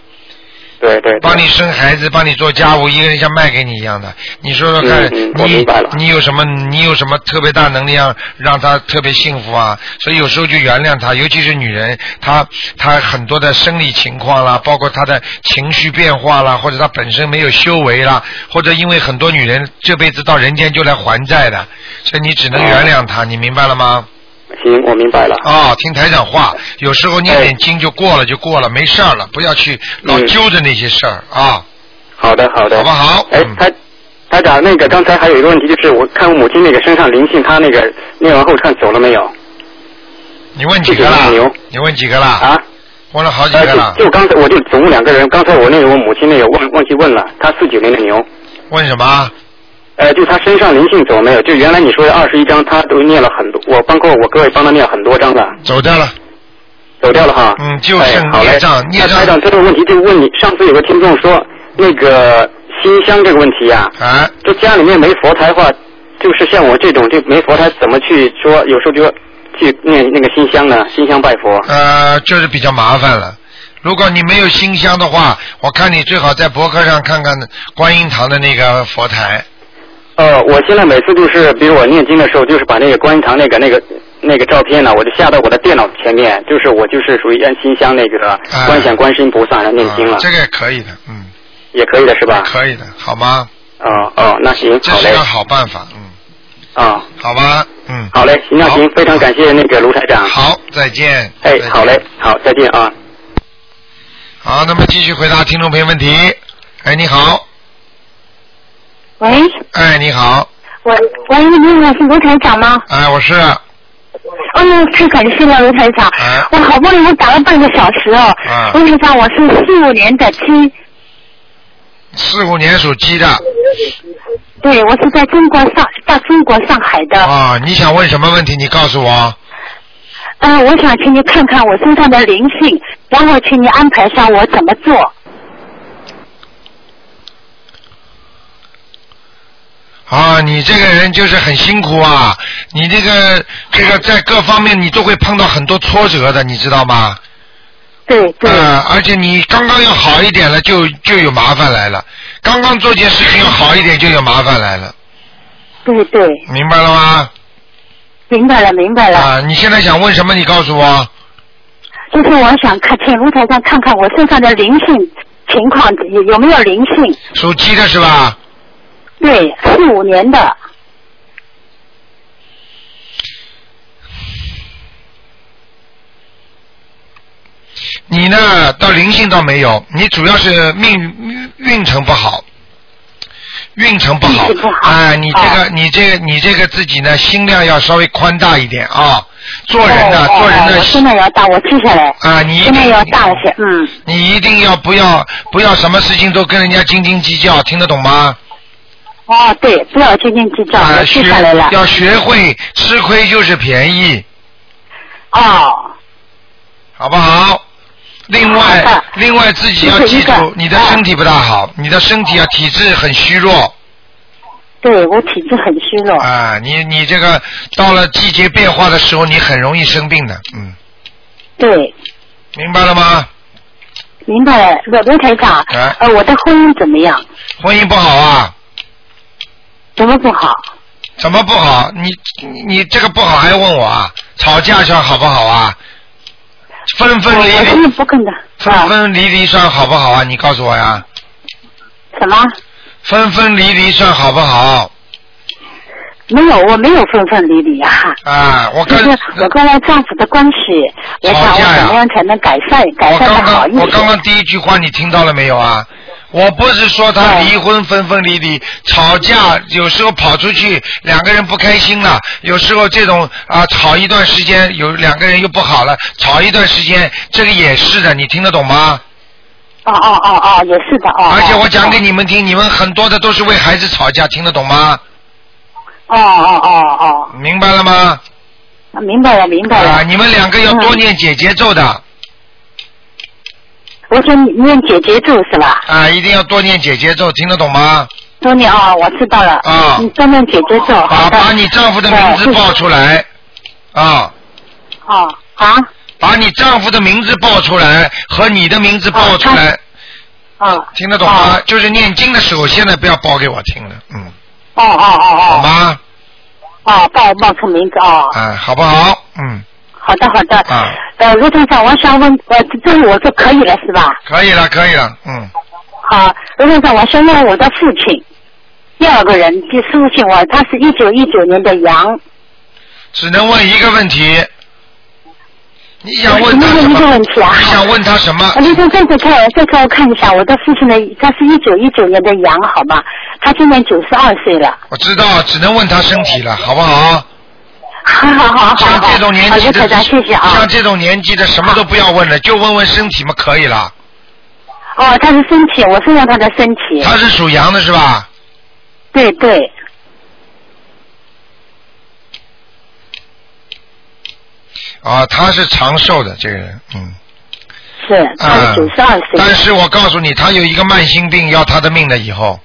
Speaker 8: 对对。对
Speaker 1: 帮你生孩子，帮你做家务，一个人像卖给你一样的。你说说看，
Speaker 8: 嗯嗯我
Speaker 1: 你
Speaker 8: 明白了
Speaker 1: 你有什么你有什么特别大能力让让他特别幸福啊？所以有时候就原谅他，尤其是女人，她她很多的生理情况啦，包括她的情绪变化啦，或者她本身没有修为啦，或者因为很多女人这辈子到人间就来还债的，所以你只能原谅她，
Speaker 8: 嗯
Speaker 1: 你明白了吗？
Speaker 8: 行，我明白了。
Speaker 1: 啊、听台长话，有时候念点经就过了就过了，没事儿了，不要去老
Speaker 8: 嗯
Speaker 1: 揪着那些事儿啊。
Speaker 8: 好的，好的。
Speaker 1: 好不好
Speaker 8: 哎
Speaker 1: 嗯，
Speaker 8: 台台长，那个刚才还有一个问题，就是我看我母亲那个身上灵性，她那个念完后看走了没有？
Speaker 1: 你问几个啦
Speaker 8: 自己牛？
Speaker 1: 你问几个啦？
Speaker 8: 啊？
Speaker 1: 问了好几个
Speaker 8: 呃
Speaker 1: 啦
Speaker 8: 就。就刚才我就总共两个人，刚才我那个我母亲那个忘忘记问了，她四九年的牛，
Speaker 1: 问什么？
Speaker 8: 呃，就她身上灵性走了没有？就原来你说的二十一章，她都念了很多，我包括我哥也帮她念了很多章了。
Speaker 1: 走掉了。
Speaker 8: 走掉了哈。
Speaker 1: 嗯就
Speaker 8: 哎
Speaker 1: 剩
Speaker 8: 好嘞
Speaker 1: 孽障孽
Speaker 8: 那
Speaker 1: 障
Speaker 8: 台长，这个问题就问你，上次有个听众说那个新香这个问题呀、
Speaker 1: 啊，
Speaker 8: 就家里面没佛台的话，就是像我这种就没佛台，怎么去说？有时候就说去念那个新香呢？新香拜佛。
Speaker 1: 呃，就是比较麻烦了。如果你没有新香的话，我看你最好在博客上看看观音堂的那个佛台。
Speaker 8: 呃，我现在每次就是，比如我念经的时候，就是把那个观音堂那个那个那个照片呢，我就下到我的电脑前面，就是我就是属于按心香那个
Speaker 1: 啊
Speaker 8: 观想观世音菩萨，然后念经了
Speaker 1: 啊，这个也可以的，嗯，
Speaker 8: 也可以的是吧？
Speaker 1: 可以的，好吗？
Speaker 8: 哦哦，那行，
Speaker 1: 哎这
Speaker 8: 好
Speaker 1: 是
Speaker 8: 嘞
Speaker 1: 个，好办法，嗯，
Speaker 8: 啊，
Speaker 1: 好吧，嗯，
Speaker 8: 好嘞，行，那行
Speaker 1: 好，
Speaker 8: 非常感谢那个卢台长，
Speaker 1: 好，再见。
Speaker 8: 哎
Speaker 1: 再，见
Speaker 8: 好嘞，，好，再见啊。
Speaker 1: 好，那么继续回答听众朋友问题。哎，你好，
Speaker 9: 喂
Speaker 1: 哎，你好，
Speaker 9: 喂喂，你好，是卢台长吗？
Speaker 1: 哎，我是，
Speaker 9: 哦，那太感谢了，卢台长，
Speaker 1: 哎，
Speaker 9: 我好不容易打了半个小时哦。
Speaker 1: 啊
Speaker 9: 卢台长，我是四五年的鸡，
Speaker 1: 四五年属鸡的，
Speaker 9: 对我是在中国上大中国上海的。
Speaker 1: 啊，你想问什么问题？你告诉我。
Speaker 9: 呃，我想请你看看我身上的灵性，然后请你安排上我怎么做。
Speaker 1: 啊，你这个人就是很辛苦啊！你这个这个在各方面你都会碰到很多挫折的，你知道吗？
Speaker 9: 对对。
Speaker 1: 呃，而且你刚刚要好一点了，就就有麻烦来了；刚刚做件事情要好一点，就有麻烦来了，
Speaker 9: 对对，
Speaker 1: 明白了吗？
Speaker 9: 明白了明白了，
Speaker 1: 啊，你现在想问什么？你告诉我。
Speaker 9: 就是我想看请卢台长看看我身上的灵性情况有有没有灵性？
Speaker 1: 属鸡的是吧？
Speaker 9: 对，四五年的。
Speaker 1: 你呢，到灵性倒没有，你主要是命运运程不好，运程不好
Speaker 9: 运程不。好哦
Speaker 1: 哎，你这个、你这个你这个自己呢，心量要稍微宽大一点啊。做人呢，
Speaker 9: 哦哦
Speaker 1: 做人
Speaker 9: 哦
Speaker 1: 呢
Speaker 9: 我，现在要大，我记下来。
Speaker 1: 啊，你一
Speaker 9: 现在
Speaker 1: 定
Speaker 9: 要大些，嗯，
Speaker 1: 你一定要不要不要什么事情都跟人家斤斤计较，听得懂吗？
Speaker 9: 哦，对，不要斤斤计较，
Speaker 1: 啊，
Speaker 9: 我记
Speaker 1: 学
Speaker 9: 下来了。
Speaker 1: 要学会吃亏就是便宜，
Speaker 9: 哦，
Speaker 1: 好不好？另
Speaker 9: 好
Speaker 1: 外
Speaker 9: 的，
Speaker 1: 另外自己要
Speaker 9: 这是
Speaker 1: 记
Speaker 9: 一个
Speaker 1: 住，你的身体不大好，你的身体啊体质很虚弱
Speaker 9: 对我体质很虚弱。
Speaker 1: 啊，你你这个到了季节变化的时候，你很容易生病的，嗯，
Speaker 9: 对，
Speaker 1: 明白了吗？
Speaker 9: 明白了，罗罗台长
Speaker 1: 哎，
Speaker 9: 呃，我的婚姻怎么样？
Speaker 1: 婚姻不好啊，
Speaker 9: 怎么不好？
Speaker 1: 怎么不好？你你你这个不好还要问我啊？吵架上好不好啊？分
Speaker 9: 我
Speaker 1: 分离
Speaker 9: 我
Speaker 1: 离
Speaker 9: 现在不跟他
Speaker 1: 分
Speaker 9: 啊，
Speaker 1: 分离离算好不好啊？你告诉我呀，
Speaker 9: 什么？
Speaker 1: 分分离离算好不好？
Speaker 9: 没有，我没有分分离离啊。
Speaker 1: 啊，我
Speaker 9: 就
Speaker 1: 跟
Speaker 9: 是我跟我丈夫的关系，我想
Speaker 1: 吵架呀
Speaker 9: 我怎么样才能改善，改
Speaker 1: 我
Speaker 9: 善
Speaker 1: 刚
Speaker 9: 的好
Speaker 1: 刚
Speaker 9: 一些。
Speaker 1: 我刚刚第一句话你听到了没有啊？我不是说他
Speaker 9: 对
Speaker 1: 离婚分分离离，吵架有时候跑出去两个人不开心了，有时候这种啊吵一段时间，有两个人又不好了，吵一段时间，这个也是的，你听得懂吗？
Speaker 9: 哦哦哦哦，也是的哦。
Speaker 1: 而且我讲给
Speaker 9: 你。
Speaker 1: 你们听，你们很多的都是为孩子吵架，听得懂吗？
Speaker 9: 哦哦哦
Speaker 1: 明白了吗？
Speaker 9: 哦，明白了明白了。
Speaker 1: 啊，你们两个要多念姐姐咒的。
Speaker 9: 我想念姐姐咒是吧？
Speaker 1: 啊，一定要多念姐姐咒，听得懂吗？
Speaker 9: 多念啊、我知道了。
Speaker 1: 啊
Speaker 9: 你多念姐姐咒。
Speaker 1: 啊，
Speaker 9: 好的
Speaker 1: 把你丈夫的名字报出来，啊，
Speaker 9: 哦啊
Speaker 1: 把你丈夫的名字报出来和你的名字报出来，
Speaker 9: 啊！
Speaker 1: 听得懂吗？就是念经的时候，现在不要报给我听了，嗯，
Speaker 9: 哦哦
Speaker 1: 好
Speaker 9: 哦哦
Speaker 1: 吗？
Speaker 9: 哦，报报出名字哦。
Speaker 1: 啊，好不好？嗯，
Speaker 9: 好的好的。
Speaker 1: 啊
Speaker 9: 呃，卢台长，我想问，呃，这个我说可以了是吧？
Speaker 1: 可以了，可以了，嗯，
Speaker 9: 好，卢台长，我想问我的父亲，第二个人，第父亲我，他是一九一九年的羊。
Speaker 1: 只能问一个问题，你想问他
Speaker 9: 我只
Speaker 1: 什
Speaker 9: 能问一个
Speaker 1: 么？
Speaker 9: 问题啊
Speaker 1: 你想问他什么？
Speaker 9: 啊，卢台长，再看再看我看一下，我的父亲的，他是一九一九年的羊，好吧？他今年九十二岁了。
Speaker 1: 我知道，只能问他身体了，好不好？
Speaker 9: 好好好好
Speaker 1: 像
Speaker 9: 好，
Speaker 1: 这种年
Speaker 9: 好
Speaker 1: 纪
Speaker 9: 卢台
Speaker 1: 的，
Speaker 9: 长，谢谢啊。
Speaker 1: 像这种年纪的什么都不要问了，就问问身体嘛，可以了。
Speaker 9: 哦，他是身体，我是问他的身体。
Speaker 1: 他是属羊的是吧？
Speaker 9: 对对，
Speaker 1: 啊，他是长寿的这个人，嗯。
Speaker 9: 是，他
Speaker 1: 啊
Speaker 9: 是九十二岁。
Speaker 1: 但是我告诉你，他有一个慢性病要他的命的，以后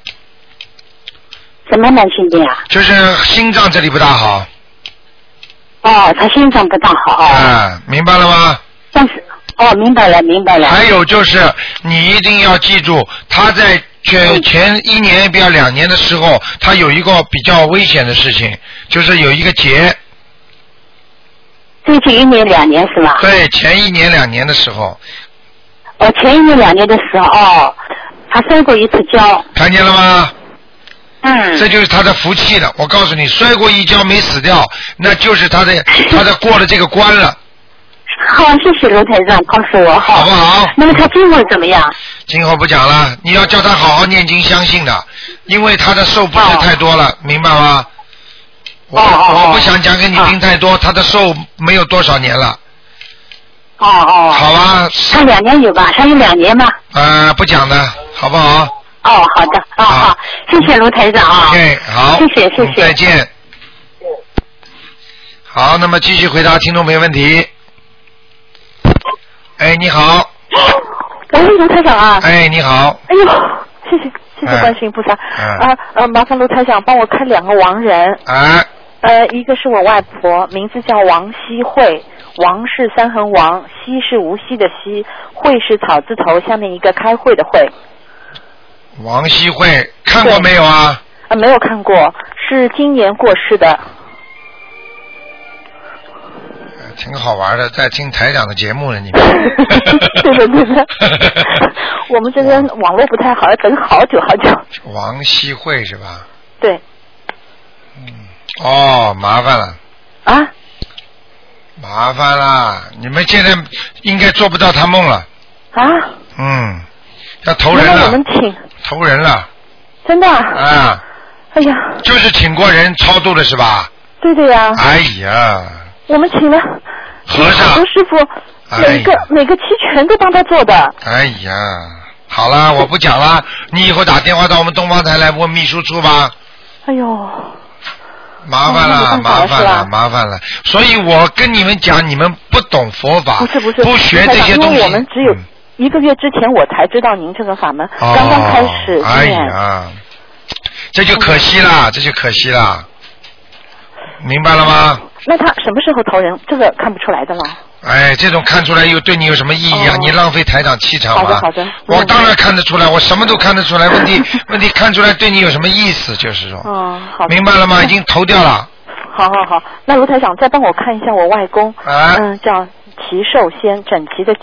Speaker 9: 什么慢性病啊？
Speaker 1: 就是心脏这里不大好
Speaker 9: 哦，他心脏不大好。哦。
Speaker 1: 啊，明白了吗？
Speaker 9: 但是，哦，明白了，明白了。
Speaker 1: 还有就是，你一定要记住，他在前
Speaker 9: 嗯
Speaker 1: 前一年不要两年的时候，他有一个比较危险的事情，就是有一个结，
Speaker 10: 最近一年两年是
Speaker 9: 啊
Speaker 10: 吧？
Speaker 1: 对，前一年两年的时候，
Speaker 10: 我
Speaker 9: 哦
Speaker 10: 前一年两年的时候，哦，他摔过一次跤。
Speaker 1: 看见了吗？
Speaker 10: 嗯。
Speaker 1: 这就是他的福气了。我告诉你，摔过一跤没死掉，那就是他 的他的过了这个关了。
Speaker 10: 好，谢谢卢台长告诉我，好
Speaker 1: 不好？
Speaker 10: 那么他今后怎么样？
Speaker 1: 今后不讲了，你要叫他
Speaker 10: 嗯
Speaker 1: 好好念经，相信的，因为他的受不是太多
Speaker 10: 哦
Speaker 1: 了，明白吗？我、我不想讲给你听太
Speaker 10: 啊
Speaker 1: 多，他的受没有多少年了，
Speaker 10: 哦哦。
Speaker 1: 好吧。
Speaker 10: 他两年有吧？他有两年吧？
Speaker 1: 呃，不讲的，好不好？
Speaker 10: 哦，好的，哦好，谢谢卢台长啊。
Speaker 1: OK，好
Speaker 10: 谢谢谢
Speaker 1: 嗯
Speaker 10: 谢。
Speaker 1: 再见。好，那么继续回答听众朋友问题。哎，你好，
Speaker 9: 喂，卢台长啊！
Speaker 1: 哎，你好，
Speaker 9: 哎呦，谢谢谢谢观世音菩萨
Speaker 10: 哎
Speaker 1: 嗯，
Speaker 9: 啊呃，麻烦卢台长帮我看两个亡人，
Speaker 1: 哎，
Speaker 9: 呃，一个是我外婆，名字叫王熙慧，王是三横王，熙是无锡的熙，慧是草字头下面一个开会的会，
Speaker 1: 王熙慧，看过没有啊？
Speaker 9: 啊、没有看过，是今年过世的，
Speaker 1: 呃挺好玩的，在听台长的节目呢， 你们。
Speaker 9: 对的 对的，我们这边网络不太好，要等好久好久，
Speaker 1: 王熙慧是吧？
Speaker 9: 对。
Speaker 1: 嗯。哦，麻烦了。
Speaker 9: 啊？
Speaker 1: 麻烦啦！你们现在应该做不到他梦了。
Speaker 9: 啊？
Speaker 1: 嗯，要投人
Speaker 9: 能不能
Speaker 1: 了，
Speaker 9: 我们请，
Speaker 1: 投人了
Speaker 9: 真的啊，
Speaker 1: 啊！
Speaker 9: 哎呀，
Speaker 1: 就是请过人超度的是吧？
Speaker 9: 对的呀，
Speaker 1: 哎呀，
Speaker 9: 我们请了
Speaker 1: 和
Speaker 9: 好
Speaker 1: 尚
Speaker 9: 多，师傅，
Speaker 1: 哎
Speaker 9: 每个、
Speaker 1: 呀，
Speaker 9: 每个期全都帮他做的。
Speaker 1: 哎呀，好啦，我不讲啦，你以后打电话到我们东方台来问秘书处吧。
Speaker 9: 哎呦，
Speaker 1: 啊麻烦
Speaker 9: 哦
Speaker 1: 了，
Speaker 9: 那没
Speaker 1: 麻
Speaker 9: 办法了
Speaker 1: 烦
Speaker 9: 是
Speaker 1: 了，
Speaker 9: 吧
Speaker 1: 麻烦了。所以我跟你们讲，你们不懂佛法，
Speaker 9: 不是不是，
Speaker 1: 学
Speaker 9: 台
Speaker 1: 这
Speaker 9: 长
Speaker 1: 些
Speaker 9: 因
Speaker 1: 东
Speaker 9: 为
Speaker 1: 西嗯
Speaker 9: 我。们只有一个月之前我才知道您这个法门，
Speaker 1: 哦
Speaker 9: 刚刚开始
Speaker 1: 哎
Speaker 9: 念。
Speaker 1: 呀，这就可惜啦，
Speaker 9: 嗯
Speaker 1: 这就可惜啦，明白了吗？
Speaker 9: 那他什么时候投人？这个看不出来的了。
Speaker 1: 哎，这种看出来又对你有什么意义啊？你浪费台长气场
Speaker 9: 哦好的
Speaker 1: 吗？
Speaker 9: 好的
Speaker 1: 我当然看得出来，我什么都看得出来。问 题问题看出来对你有什么意思？就是说，
Speaker 9: 嗯，好的。
Speaker 1: 明白了吗？已经投掉了。
Speaker 9: 好好好，那卢台长再帮我看一下我外公，
Speaker 1: 啊
Speaker 9: 嗯，叫齐寿仙，整齐的齐，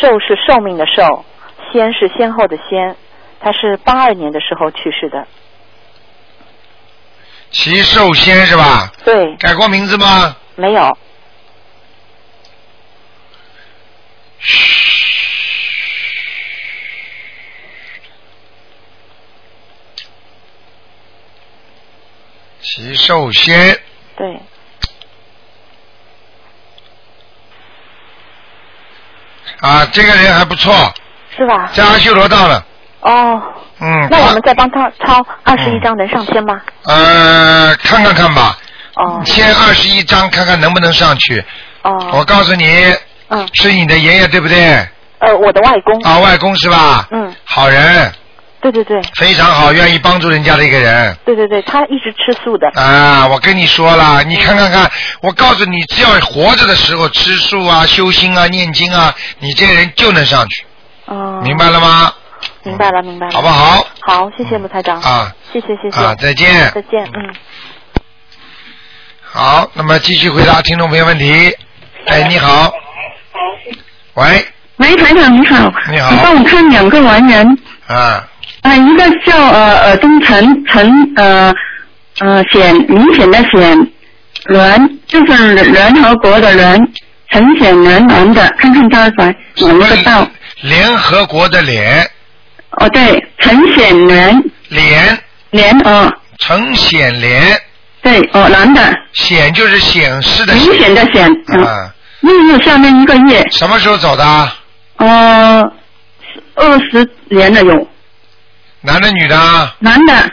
Speaker 9: 寿是寿命的寿，仙是先后的仙，他是八二年的时候去世的。
Speaker 1: 齐寿仙是吧？
Speaker 9: 对，
Speaker 1: 改过名字吗？
Speaker 9: 没有。
Speaker 1: 齐寿仙，
Speaker 9: 对，
Speaker 1: 啊，这个人还不错，
Speaker 9: 是吧？
Speaker 1: 在阿修罗道了。
Speaker 9: 哦，
Speaker 1: 嗯，
Speaker 9: 那我
Speaker 1: 他
Speaker 9: 们再帮他抄二十一张，能上天吗？
Speaker 1: 呃，看看看吧，
Speaker 9: 哦
Speaker 1: 先二十一章看看能不能上去。
Speaker 9: 哦，
Speaker 1: 我告诉你，
Speaker 9: 嗯，
Speaker 1: 是你的爷爷对不对？
Speaker 9: 呃，我的外公，
Speaker 1: 啊，外公是吧？
Speaker 9: 嗯，
Speaker 1: 好人，
Speaker 9: 对对对，
Speaker 1: 非常好，愿意帮助人家的一个人。
Speaker 9: 对对对，他一直吃素的，
Speaker 1: 啊，我跟你说了，你看看看，我告诉你，只要活着的时候吃素啊、修心啊、念经啊，你这人就能上去，
Speaker 9: 哦，
Speaker 1: 明白了吗？
Speaker 9: 明白了，明白了，
Speaker 1: 好不？好？
Speaker 9: 好，谢谢卢台长，
Speaker 1: 啊，
Speaker 9: 谢谢谢谢，
Speaker 1: 啊再见
Speaker 9: 再见，嗯，
Speaker 1: 好，那么继续回答听众朋友问题。哎，你好，喂，
Speaker 11: 喂，台长你好，
Speaker 1: 你好
Speaker 11: 你帮我看两个完人，
Speaker 1: 啊，
Speaker 11: 啊、一个叫呃呃东陈陈呃呃显明显的显，栾就是联合国的栾，陈显栾男的，看看他在哪一个道？
Speaker 1: 联合国的联，
Speaker 11: 哦，对，陈显栾
Speaker 1: 联，
Speaker 11: 联哦，
Speaker 1: 陈显联，
Speaker 11: 对哦，男的，
Speaker 1: 显就是显示的
Speaker 11: 明显的显，嗯、
Speaker 1: 啊，
Speaker 11: 月月下面一个月，
Speaker 1: 什么时候走的啊？
Speaker 11: 呃，二十年了有，
Speaker 1: 男的女的啊？
Speaker 11: 男的，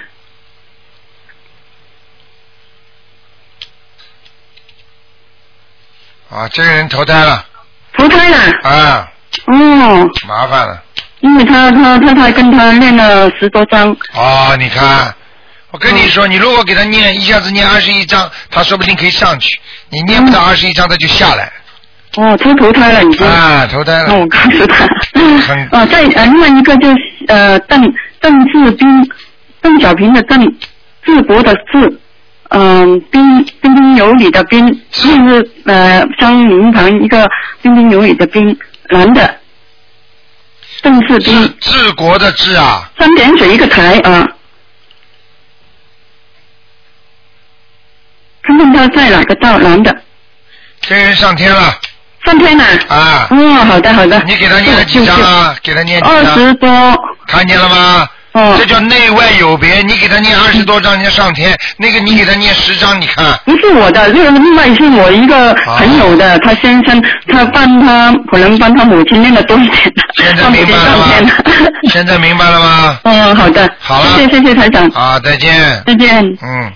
Speaker 1: 啊，这个人投胎了
Speaker 11: 投胎了，
Speaker 1: 啊，
Speaker 11: 哦。
Speaker 1: 麻烦了。
Speaker 11: 因为他他他他跟他练了十多张，
Speaker 1: 哦，你看，我跟你说，你如果给他念一下子念二十一章，他说不定可以上去；你念不到二十一章，他就下来。
Speaker 11: 哦，他投胎了已
Speaker 9: 嗯
Speaker 11: 经。
Speaker 1: 啊，投胎
Speaker 11: 那
Speaker 1: 了
Speaker 11: 我。告诉他
Speaker 1: 很，
Speaker 11: 哦，再呃，另外一个就是呃，邓邓志斌，
Speaker 12: 呃
Speaker 11: 邓小平的邓，智国的智，嗯、彬彬彬有
Speaker 12: 里的冰，木是呃双名旁一个彬彬有礼的彬，男的，邓世斌，
Speaker 1: 治国的治啊，
Speaker 12: 三点水一个台啊。看看他在哪个道，男的，
Speaker 1: 这人上天了
Speaker 12: 上天了。
Speaker 1: 啊。
Speaker 12: 哦，好的好的。
Speaker 1: 你给他念了几张啊？给他念几
Speaker 12: 二
Speaker 1: 张？
Speaker 12: 十多，
Speaker 1: 看见了吗？
Speaker 12: 哦
Speaker 1: 这叫内外有别。你给他念二十多张，人家上天；那个你给他念十张，你看
Speaker 12: 不是我的，这个另外是我一个
Speaker 1: 啊
Speaker 12: 朋友的，他先生，他帮他可能帮他母亲念的多一点，
Speaker 1: 现在
Speaker 12: 帮母
Speaker 1: 明
Speaker 12: 亲
Speaker 1: 白了
Speaker 12: 上天
Speaker 1: 吗
Speaker 12: 了。？
Speaker 1: 现在明白了吗？
Speaker 12: 嗯，好的，
Speaker 1: 好了
Speaker 12: 谢谢谢谢台长，
Speaker 1: 啊，再见。
Speaker 12: 再见。
Speaker 1: 嗯。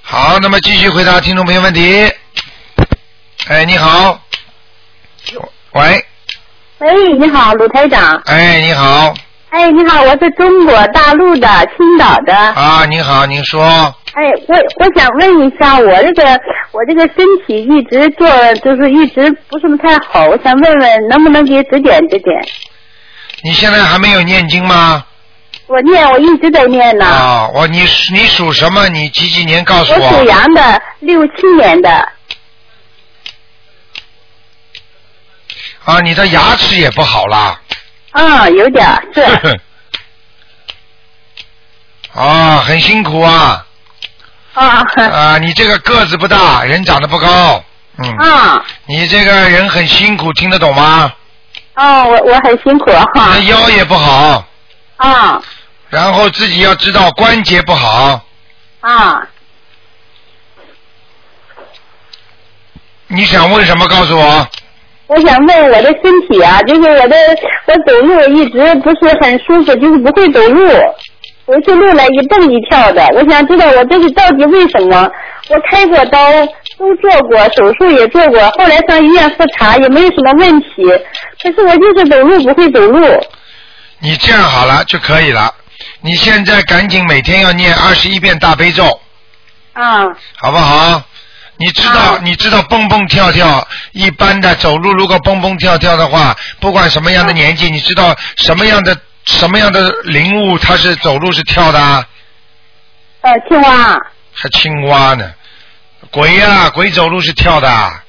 Speaker 1: 好，那么继续回答听众朋友问题。哎，你好。喂，
Speaker 9: 喂，哎你好，鲁台长。
Speaker 1: 哎，你好，
Speaker 9: 哎，你好，我是中国大陆的青岛的。
Speaker 1: 啊，你好，您说，
Speaker 9: 哎，我我想问一下，我这个我这个身体一直做就是一直不是太好，我想问问能不能给指点指点？
Speaker 1: 你现在还没有念经吗？
Speaker 9: 我念，我一直在念呢。
Speaker 1: 啊，我你你属什么？你几几年告诉
Speaker 9: 我属羊的，六七年的。
Speaker 1: 啊，你的牙齿也不好啦。
Speaker 9: 嗯，有点儿 是。
Speaker 1: 啊，很辛苦啊。
Speaker 9: 啊。
Speaker 1: 啊，你这个个子不大，人长得不高，嗯。
Speaker 9: 啊。
Speaker 1: 你这个人很辛苦，听得懂吗？
Speaker 9: 哦，我我很辛苦
Speaker 1: 你
Speaker 9: 哈
Speaker 1: 的。腰也不好，
Speaker 9: 啊
Speaker 1: 然后自己要知道关节不好。
Speaker 9: 啊，
Speaker 1: 你想问什么？告诉我。
Speaker 9: 我想问我的身体啊，就是我的我走路一直不是很舒服，就是不会走路，回去路来一蹦一跳的。我想知道我这是到底为什么？我开过刀，都做过手术也做过，后来上医院复查也没有什么问题，可是我就是走路不会走路。
Speaker 1: 你这样好了就可以了。你现在赶紧每天要念二十一遍大悲咒。
Speaker 9: 啊
Speaker 1: 好不好？你知道，
Speaker 9: 嗯
Speaker 1: 你知道蹦蹦跳跳，一般的走路如果蹦蹦跳跳的话，不管什么
Speaker 9: 嗯
Speaker 1: 样的年纪，你知道什么样的什么样的灵物，它是走路是跳的啊，
Speaker 9: 呃，青蛙
Speaker 1: 还青蛙呢，鬼呀、鬼走路是跳的啊，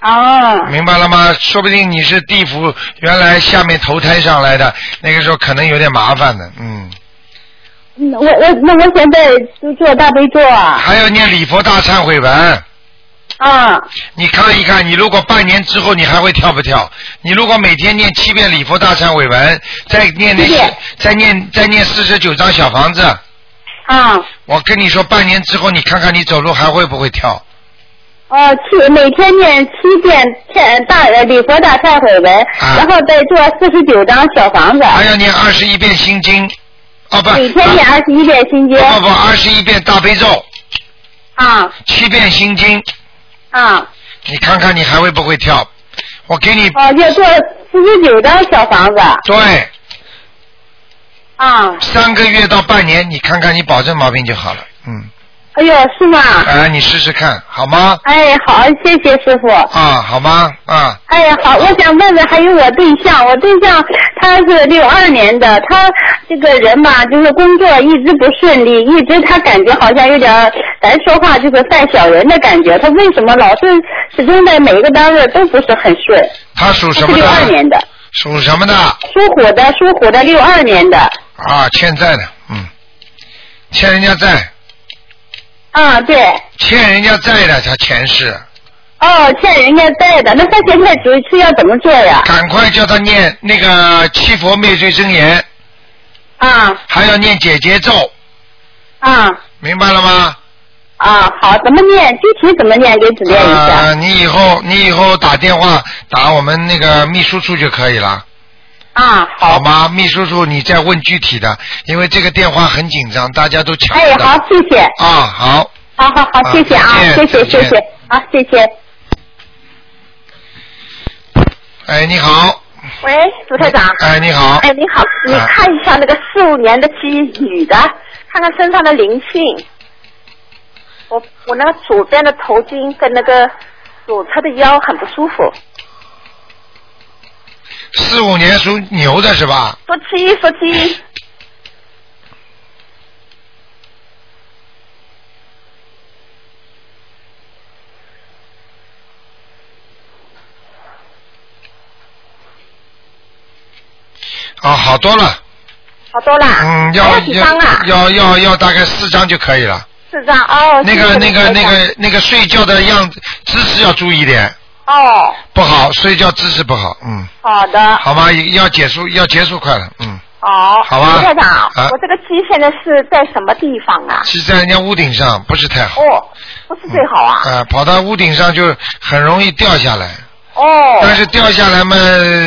Speaker 9: 哦
Speaker 1: 明白了吗？说不定你是地府原来下面投胎上来的，那个时候可能有点麻烦的，嗯，
Speaker 9: 嗯我我那我现在就做大悲咒啊
Speaker 1: 还要念礼佛大忏悔文。
Speaker 9: 啊
Speaker 1: 你看一看，你如果半年之后你还会跳不跳？你如果每天念七遍礼佛大忏悔文，再念那
Speaker 9: 七
Speaker 1: 些
Speaker 9: 遍，
Speaker 1: 再念再念四十九张小房子，
Speaker 9: 啊
Speaker 1: 我跟你说，半年之后你看看你走路还会不会跳？
Speaker 9: 哦，七每天念七遍天大呃礼佛大忏悔文，然后再做四十九张小房子，
Speaker 1: 还要念二十一遍心经，啊不，
Speaker 9: 哎每天念二十一遍心经。
Speaker 1: 不不不，二十一遍大悲咒，
Speaker 9: 啊
Speaker 1: 七遍心经，
Speaker 9: 啊！
Speaker 1: 你看看你还会不会跳？我给你
Speaker 9: 哦，要做四十九张小房子。
Speaker 1: 对
Speaker 9: 啊！
Speaker 1: 三个月到半年，你看看你保证毛病就好了，嗯，
Speaker 9: 哎呦，是吗？
Speaker 1: 啊，你试试看好吗？
Speaker 9: 哎，好，谢谢师傅。
Speaker 1: 啊，好吗？啊。
Speaker 9: 哎呀，好，我想问问，还有我对象，我对象他是六二年的，他这个人吧，就是工作一直不顺利，一直他感觉好像有点儿，咱说话就是犯小人的感觉。他为什么老是始终在每一个单位都不是很顺？
Speaker 1: 他属什
Speaker 9: 他是
Speaker 1: 么
Speaker 9: 六二
Speaker 1: 的？
Speaker 9: 年的，
Speaker 1: 属什么的？
Speaker 9: 属虎的，属虎的，六二年的。
Speaker 1: 啊，欠债的，嗯，欠人家债，
Speaker 9: 啊，对，
Speaker 1: 欠人家债的，他前世，
Speaker 9: 哦，欠人家债的，那他现在主是要怎么做呀？
Speaker 1: 赶快叫他念那个七佛灭罪真言，
Speaker 9: 啊
Speaker 1: 还要念解结咒，
Speaker 9: 啊
Speaker 1: 明白了吗？
Speaker 9: 啊，好，怎么念？具体怎么念？给指点一下。
Speaker 1: 呃，你以后你以后打电话打我们那个秘书处就可以了。
Speaker 9: 啊，
Speaker 1: 好吗？秘书处，你再问具体的，因为这个电话很紧张，大家都抢
Speaker 9: 哎，
Speaker 1: 着
Speaker 9: 好，谢谢。
Speaker 1: 打啊，好。
Speaker 9: 好好好，谢谢啊
Speaker 1: 啊，再
Speaker 9: 谢
Speaker 1: 见
Speaker 9: 谢
Speaker 1: 再
Speaker 9: 谢谢
Speaker 1: 见，
Speaker 9: 啊，谢谢。
Speaker 1: 哎，你好，
Speaker 5: 喂，卢台长。
Speaker 1: 哎你好
Speaker 5: 哎，你好，你
Speaker 1: 啊
Speaker 5: 看一下那个四五年的鸡女的，看看身上的灵性。我我那个左边的头巾跟那个左侧的腰很不舒服。
Speaker 1: 四五年属牛的是吧？
Speaker 5: 说七
Speaker 1: 哎
Speaker 5: 说七，
Speaker 1: 啊，好多了。
Speaker 13: 好多啦。
Speaker 1: 嗯，要
Speaker 13: 还要几张啊？
Speaker 1: 要要要大概四张就可以了。
Speaker 13: 四张哦。
Speaker 1: 那个
Speaker 13: 谢谢
Speaker 1: 那
Speaker 13: 你
Speaker 1: 个
Speaker 13: 台
Speaker 1: 那
Speaker 13: 长
Speaker 1: 个那个睡觉的样子姿势要注意点，
Speaker 13: 哦，
Speaker 1: 不好，睡觉姿势不好，嗯，
Speaker 13: 好的。
Speaker 1: 好吧，要结束要结束快了，嗯，
Speaker 13: 好。
Speaker 1: 好吧
Speaker 13: 卢台长，
Speaker 1: 啊
Speaker 13: 我这个鸡现在是在什么地方啊？
Speaker 1: 是在人家屋顶上不是太好，
Speaker 13: 哦，不是最好啊。
Speaker 1: 啊、跑到屋顶上就很容易掉下来，
Speaker 13: 哦。
Speaker 1: 但是掉下来嘛，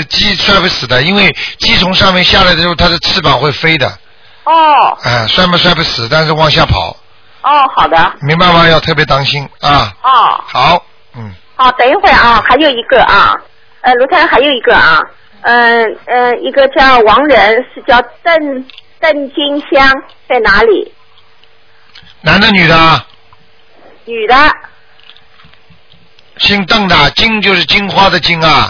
Speaker 1: 鸡摔不死的，因为鸡从上面下来的时候，它的翅膀会飞的，
Speaker 13: 哦
Speaker 1: 啊、摔嘛摔不死，但是往下跑，
Speaker 13: 哦，好的。
Speaker 1: 明白吗？要特别当心啊，
Speaker 13: 哦，
Speaker 1: 好，嗯
Speaker 13: 好，等一会儿啊，还有一个啊，呃，卢太还有一个啊，嗯、呃、嗯、一个叫王仁，是叫邓邓金香，在哪里？
Speaker 1: 男的女的啊。
Speaker 13: 女的，
Speaker 1: 姓邓的，啊金就是金花的金啊，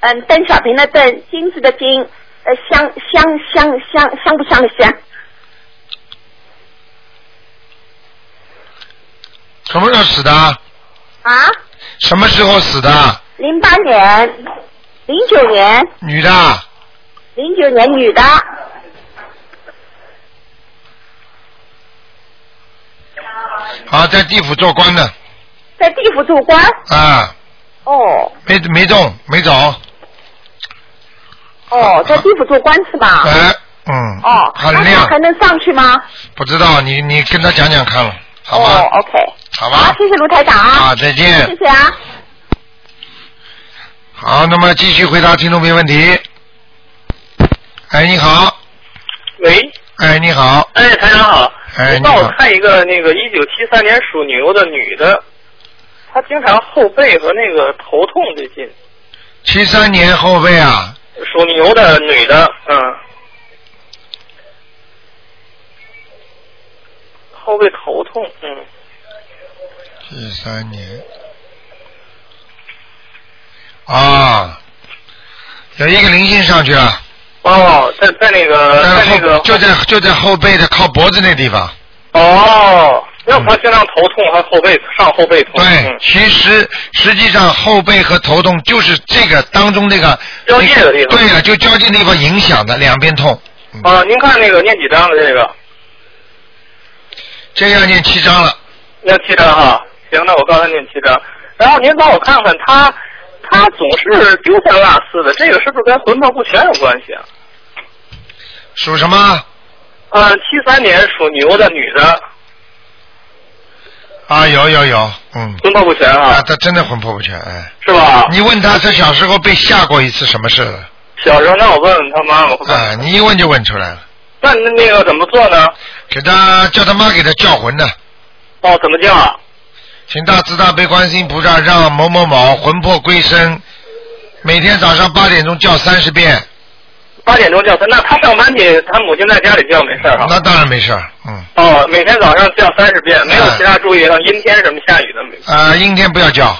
Speaker 13: 嗯、邓小平的邓，金子的金，呃，香香香香香不香的香？
Speaker 1: 什么时候死的啊？
Speaker 13: 啊，
Speaker 1: 什么时候死的啊？
Speaker 13: 零八年，零九年，
Speaker 1: 女的啊，
Speaker 13: 零九年女的，
Speaker 1: 啊，在地府做官的
Speaker 13: 在地府做官。
Speaker 1: 啊，
Speaker 13: 哦
Speaker 1: 没没动，没走，
Speaker 13: 哦，在地府做官是吧？
Speaker 1: 哎，嗯，
Speaker 13: 啊哦，
Speaker 1: 很
Speaker 13: 那
Speaker 1: 亮
Speaker 13: 他还能上去吗？
Speaker 1: 不知道你你跟他讲讲看了，好吧？
Speaker 13: 哦，OK。
Speaker 1: 好吧，
Speaker 13: 谢谢卢台长啊。
Speaker 1: 啊再见
Speaker 13: 谢谢啊。
Speaker 1: 好，那么继续回答听众朋友问题。哎，你好，
Speaker 3: 喂，
Speaker 1: 哎，你好，
Speaker 3: 哎，台长好，
Speaker 1: 哎，你
Speaker 3: 帮我
Speaker 1: 好，
Speaker 3: 看一个那个一九七三年属牛的女的，她经常后背和那个头痛最近，
Speaker 1: 七三年后背啊，
Speaker 3: 属牛的女的，嗯，后背头痛，嗯，
Speaker 1: 七三年，啊，有一个灵性上去了。
Speaker 3: 哦，在在那个在那个
Speaker 1: 就在就在后背的靠脖子那地方。
Speaker 3: 哦，要不她经常头痛，还后背上后背痛，嗯
Speaker 1: 对，其实实际上后背和头痛就是这个当中这个
Speaker 3: 交界的地方
Speaker 1: 对了，就交界地方影响的两边痛，
Speaker 3: 啊，您看那个念几张的这个，
Speaker 1: 这要念七章了。
Speaker 3: 念七张哈，行，那我告诉您七张。然后您帮我看看他，他总是丢三落四的，这个是不是跟魂魄不全有关系啊？
Speaker 1: 属什么？
Speaker 3: 嗯、七三年属牛的女的，
Speaker 1: 啊，有有有，嗯。
Speaker 3: 魂魄不全啊
Speaker 1: 他真的魂魄不全，哎。
Speaker 3: 是吧？
Speaker 1: 你问他，他小时候被吓过一次什么事了？
Speaker 3: 小时候让我问问他妈，我会问。
Speaker 1: 啊，你一问就问出来了。
Speaker 3: 那那那个怎么做呢？
Speaker 1: 给他叫他妈给他叫魂呢，
Speaker 3: 哦，怎么叫啊？
Speaker 1: 请大慈大悲观世音菩萨让某某某魂魄归身，每天早上八点钟叫三十遍。
Speaker 3: 八点钟叫他，那他上班去，他母亲在家里叫没事儿哈。
Speaker 1: 那当然没事儿，嗯，
Speaker 3: 哦，每天早上叫三十遍，没有
Speaker 1: 啊
Speaker 3: 其他注意，像阴天什么下雨的没
Speaker 1: 呃，阴天不要叫，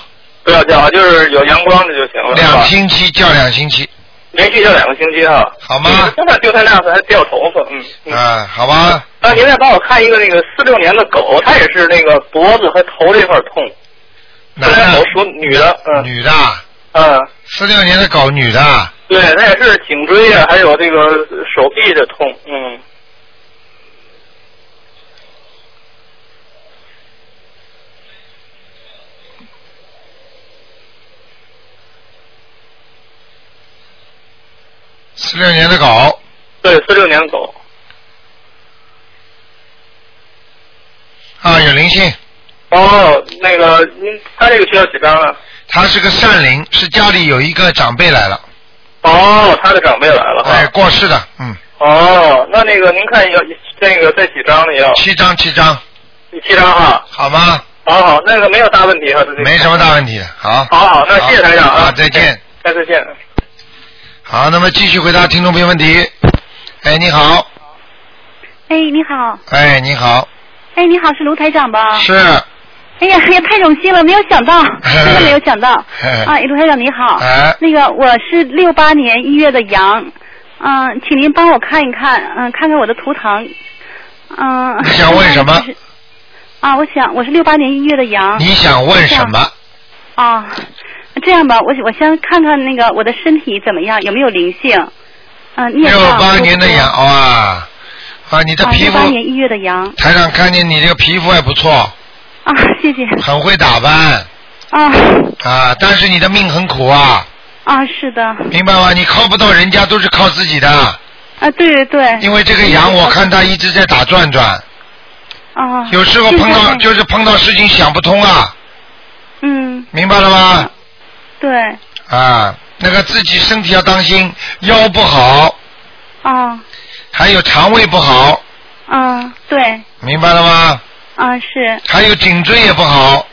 Speaker 3: 不要叫啊，就是有阳光的就行了。是吧
Speaker 1: 两星期叫两星期，
Speaker 3: 连续叫两个星期哈。
Speaker 1: 好吗？
Speaker 3: 嗯现在丢三落四还掉头发，嗯。
Speaker 1: 啊，好吧，
Speaker 3: 啊，您再帮我看一个那个四六年的狗，它也是那个脖子和头这块儿痛。
Speaker 1: 男
Speaker 3: 的狗属女的，嗯。
Speaker 1: 女的。
Speaker 3: 嗯。
Speaker 1: 四六年的狗，女的，
Speaker 3: 对，它也是颈椎啊，还有这个手臂的痛，嗯。
Speaker 1: 四六年的狗，
Speaker 3: 对，四六年的狗
Speaker 1: 啊，有灵性，
Speaker 3: 哦，那个您它这个需要几张啊？
Speaker 1: 它是个善灵，是家里有一个长辈来了，
Speaker 3: 哦，它的长辈来了哈。
Speaker 1: 哎，过世的，嗯，
Speaker 3: 哦，那那个您看要那个再几张呢？要
Speaker 1: 七张，七张，
Speaker 3: 七张哈。
Speaker 1: 好吗？
Speaker 3: 好好，那个没有大问题哈，这这
Speaker 1: 没什么大问题的，好，
Speaker 3: 哦好好，那谢谢台长啊，
Speaker 1: 好再见，，
Speaker 3: 再次见。
Speaker 1: 好，那么继续回答听众朋友问题，哎，你好，
Speaker 4: 哎，你好，
Speaker 1: 哎，你好，
Speaker 4: 哎，你好，是卢台长吧？
Speaker 1: 是，
Speaker 4: 哎呀，哎呀，太荣幸了，没有想 到，真的没有想到。啊，卢台长你好。
Speaker 1: 哎
Speaker 4: 那个我是六八年一月的羊，嗯、请您帮我看一看，嗯、看看我的图腾，嗯、
Speaker 1: 你想问什么？
Speaker 4: 啊，我想我是六八年一月的羊。
Speaker 1: 你想问什么？
Speaker 4: 啊，这样吧，我我先看看那个我的身体怎么样，有没有灵性。嗯，念
Speaker 1: 六
Speaker 4: 障
Speaker 1: 八年的
Speaker 4: 多不多
Speaker 1: 羊哇啊，你的皮肤
Speaker 4: 啊，68年一月的羊
Speaker 1: 台上看见你这个皮肤还不错，
Speaker 4: 啊，谢谢
Speaker 1: 很会打扮
Speaker 4: 啊
Speaker 1: 啊，但是你的命很苦啊，
Speaker 4: 啊，是的
Speaker 1: 明白吗？你靠不到人家，都是靠自己的。
Speaker 4: 啊，对对对，
Speaker 1: 因为这个羊，我看它一直在打转转，
Speaker 4: 啊，
Speaker 1: 有时候碰
Speaker 4: 现
Speaker 1: 到
Speaker 4: 在
Speaker 1: 就是碰到事情想不通啊，
Speaker 4: 嗯，
Speaker 1: 明白了吗？
Speaker 4: 对
Speaker 1: 啊，那个自己身体要当心，腰不好，
Speaker 4: 啊
Speaker 1: 还有肠胃不好，
Speaker 4: 啊对
Speaker 1: 明白了吗？
Speaker 4: 啊是
Speaker 1: 还有颈椎也不好，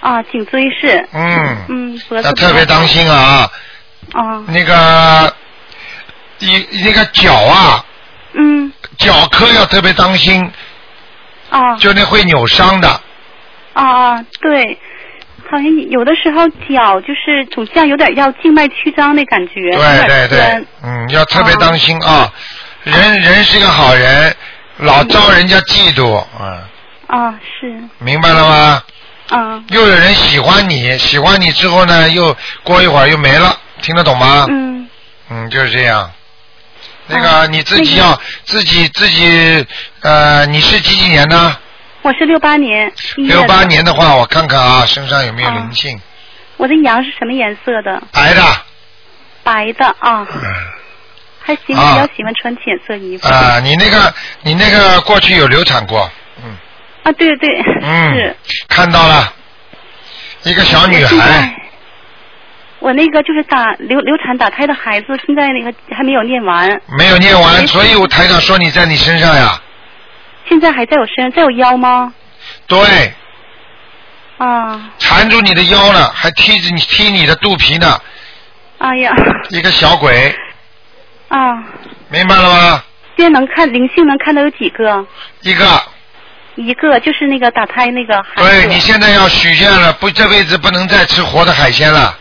Speaker 4: 啊颈椎是
Speaker 1: 嗯，
Speaker 4: 嗯脖子
Speaker 1: 要特别当心啊。
Speaker 4: 啊
Speaker 1: 那个，一那个脚啊，
Speaker 4: 嗯
Speaker 1: 脚科要特别当心，
Speaker 4: 啊
Speaker 1: 就那会扭伤的。
Speaker 4: 啊啊对。好像有的时候脚就是总像有点要静脉曲张那感觉，有
Speaker 1: 对
Speaker 4: 点
Speaker 1: 对
Speaker 4: 酸
Speaker 1: 对，嗯，要特别当心啊！人人是个好人，老招人家嫉妒，嗯，
Speaker 4: 啊是
Speaker 1: 明白了吗？
Speaker 4: 啊
Speaker 1: 又有人喜欢你，喜欢你之后呢，又过一会儿又没了，听得懂吗？
Speaker 4: 嗯
Speaker 1: 嗯，就是这样。那个你自己要自己自己呃，你是几几年呢？
Speaker 4: 我是六八年一月
Speaker 1: 六八年的话，我看看啊，身上有没有灵性？
Speaker 4: 我的羊是什么颜色的？
Speaker 1: 白的，
Speaker 4: 白的啊，还行，我
Speaker 1: 啊
Speaker 4: 比较喜欢穿浅色衣服。
Speaker 1: 啊，你那个你那个过去有流产过，
Speaker 4: 啊，对对，
Speaker 1: 嗯
Speaker 4: 是，
Speaker 1: 看到了，一个小啊女
Speaker 4: 我现
Speaker 1: 孩
Speaker 4: 在。我那个就是打流流产打胎的孩子，现在那个还没有念完，
Speaker 1: 没有念完，所以我台长说你在你身上呀。
Speaker 4: 现在还在我身上，在我腰吗？
Speaker 1: 对，
Speaker 4: 啊，
Speaker 1: 缠住你的腰了，还踢着你踢你的肚皮呢，
Speaker 4: 哎呀，
Speaker 1: 一个小鬼，
Speaker 4: 啊，
Speaker 1: 明白了吗？
Speaker 4: 现在能看灵性能看到有几个？
Speaker 1: 一个，
Speaker 4: 一个就是那个打胎那个孩
Speaker 1: 对
Speaker 4: 子。
Speaker 1: 你现在要许愿了，不这辈子不能再吃活的海鲜了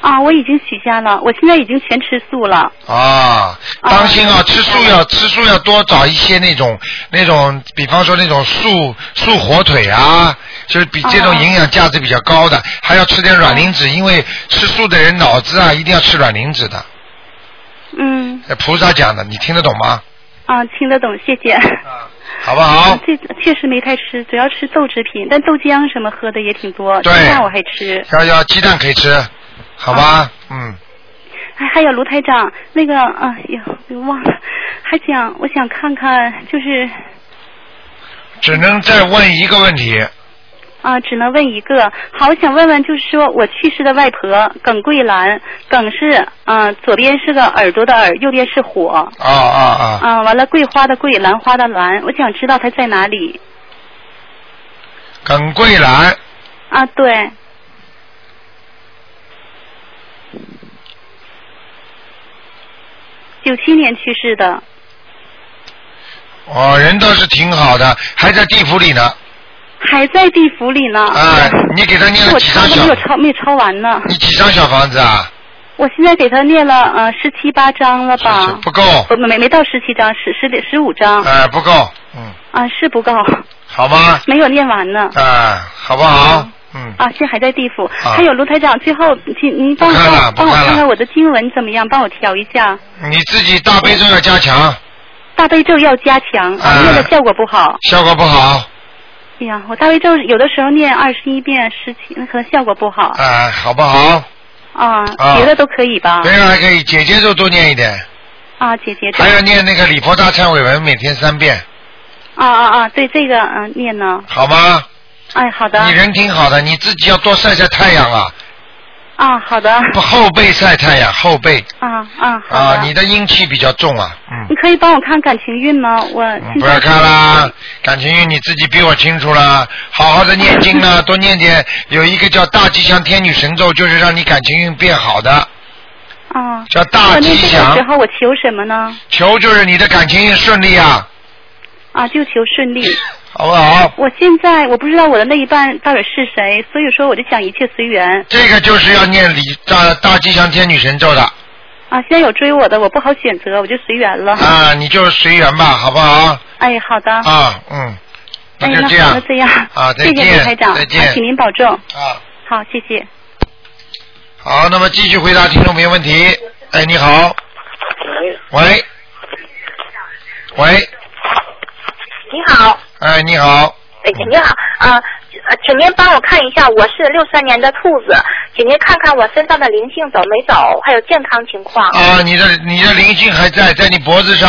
Speaker 4: 啊，我已经许下了，我现在已经全吃素了。
Speaker 1: 啊！当心啊，吃素要吃素要多找一些那种那种，比方说那种素素火腿啊，就是比这种营养价值比较高的，还要吃点卵磷脂，因为吃素的人脑子啊一定要吃卵磷脂的。哎
Speaker 4: 嗯，
Speaker 1: 菩萨讲的，你听得懂吗？
Speaker 4: 啊，听得懂，谢谢。
Speaker 1: 啊好不好？
Speaker 4: 这确实没太吃，主要吃豆制品，但豆浆什么喝的也挺多，
Speaker 1: 对
Speaker 4: 鸡蛋我还吃。
Speaker 1: 要要鸡蛋可以吃，好吧？嗯，
Speaker 4: 还还有卢台长，那个，哎呀，给忘了，还想我想看看，就是
Speaker 1: 只能再问一个问题。
Speaker 4: 啊、只能问一个。好，我想问问，就是说我去世的外婆呃耿桂兰，耿是嗯、呃左边是个耳朵的耳，右边是火，
Speaker 1: 啊啊啊！
Speaker 4: 啊、完了桂花的桂，兰花的兰，我想知道她在哪里
Speaker 1: 耿桂兰，
Speaker 4: 啊？对，九七年去世的
Speaker 1: 哦，人倒是挺好的，还在地府里呢。
Speaker 4: 还在地府里呢。
Speaker 1: 啊，你给他念了
Speaker 4: 我
Speaker 1: 几
Speaker 4: 抄
Speaker 1: 张
Speaker 4: 的没有
Speaker 1: 小
Speaker 4: 抄，没有抄完呢。
Speaker 1: 几张小房子啊？
Speaker 4: 我现在给他念了呃十七八章了吧？
Speaker 1: 不够，
Speaker 4: 不没没到十七章，十十十五章
Speaker 1: 哎、不够，
Speaker 4: 啊是不够，
Speaker 1: 好吗？
Speaker 4: 没有念完呢。
Speaker 1: 哎、好不好？嗯，
Speaker 4: 啊，现在还在地府。还有卢台长，最后请您帮
Speaker 1: 不看了
Speaker 4: 帮帮我
Speaker 1: 不看了
Speaker 4: 看看我的经文怎么样，帮我调一下。
Speaker 1: 你自己大悲咒要加强，
Speaker 4: 大悲咒要加强，
Speaker 1: 哎
Speaker 4: 啊，念的效果不好。
Speaker 1: 效果不好。
Speaker 4: 哎呀，我大悲咒有的时候念二十一遍、十七，那可能效果不好
Speaker 1: 哎、好不好？
Speaker 4: 啊。
Speaker 1: 啊
Speaker 4: 别的都可以吧？
Speaker 1: 别人还可以，姐姐咒多念一点，
Speaker 4: 啊，姐姐咒。
Speaker 1: 还要念那个礼佛大忏悔文，每天三遍，
Speaker 4: 啊啊啊！对这个嗯、念呢。
Speaker 1: 好吗？
Speaker 4: 哎，好的。
Speaker 1: 你人挺好的，你自己要多晒晒太阳啊，
Speaker 4: 啊，好的。
Speaker 1: 不后背晒太阳，后背
Speaker 4: 啊啊，好的。
Speaker 1: 啊，你的阴气比较重啊，嗯，
Speaker 4: 你可以帮我看感情运吗？我现 在
Speaker 1: 不要看啦，感情运你自己比我清楚啦，好好的念经啦，多念点，有一个叫大吉祥天女神咒，就是让你感情运变好的，
Speaker 4: 啊。
Speaker 1: 叫大吉
Speaker 4: 我
Speaker 1: 祥
Speaker 4: 那这个时候我求什么呢？
Speaker 1: 求就是你的感情运顺利啊，
Speaker 4: 啊，就求顺利。
Speaker 1: 好不好？
Speaker 4: 我现在我不知道我的那一半到底是谁，所以说我就想一切随缘。
Speaker 1: 这个就是要念礼大大吉祥天女神咒的
Speaker 4: 啊，现在有追我的，我不好选择，我就随缘了。
Speaker 1: 啊，你就随缘吧，好不好？
Speaker 4: 哎，好的。
Speaker 1: 啊，嗯，
Speaker 4: 哎，
Speaker 1: 那就
Speaker 4: 那
Speaker 1: 这
Speaker 4: 好，那
Speaker 1: 样，
Speaker 4: 这样。
Speaker 1: 啊再
Speaker 4: 谢谢
Speaker 1: 见
Speaker 4: 卢台长，
Speaker 1: 再见
Speaker 4: 啊请您保重。
Speaker 1: 啊。
Speaker 4: 好，谢谢。
Speaker 1: 好，那么继续回答听众朋友问题。哎，你好，喂，喂，
Speaker 13: 你好，
Speaker 1: 哎，你好，
Speaker 13: 哎，你好，呃，呃请您帮我看一下，我是六三年的兔子，请您看看我身上的灵性走没走，还有健康情况。
Speaker 1: 啊，你的你的灵性还在，在你脖子上，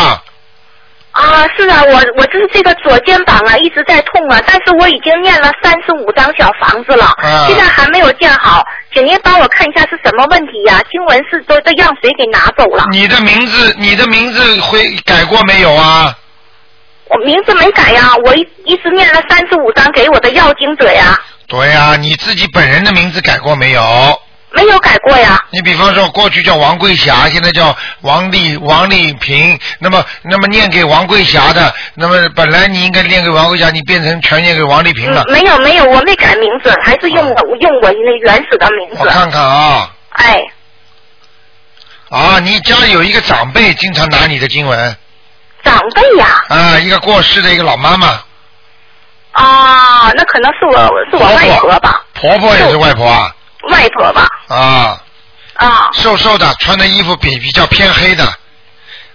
Speaker 13: 啊，是啊，我我就是这个左肩膀啊一直在痛啊，但是我已经念了三十五张小房子了，
Speaker 1: 啊
Speaker 13: 现在还没有见好，请您帮我看一下是什么问题呀、经文是都都让谁给拿走了？
Speaker 1: 你的名字你的名字会改过没有啊？
Speaker 13: 我名字没改呀、我一一直念了三十五张给我的药经者呀、
Speaker 1: 对呀、你自己本人的名字改过没有？
Speaker 13: 没有改过呀。
Speaker 1: 你比方说，过去叫王桂霞，现在叫王丽王丽萍。那么，那么念给王桂霞的，那么本来你应该念给王桂霞，你变成全念给王丽萍了。
Speaker 13: 嗯没有没有，我没改名字，还是用我、用我那原始的名字
Speaker 1: 我。看看啊
Speaker 13: 哎，
Speaker 1: 啊，你家里有一个长辈经常拿你的经文
Speaker 13: 长辈呀，
Speaker 1: 啊，一个过世的一个老妈妈，
Speaker 13: 啊，那可能是我是我外婆吧，
Speaker 1: 婆婆也是外婆啊
Speaker 13: 外婆吧，
Speaker 1: 啊，
Speaker 13: 啊，
Speaker 1: 瘦瘦的，穿的衣服比比较偏黑的，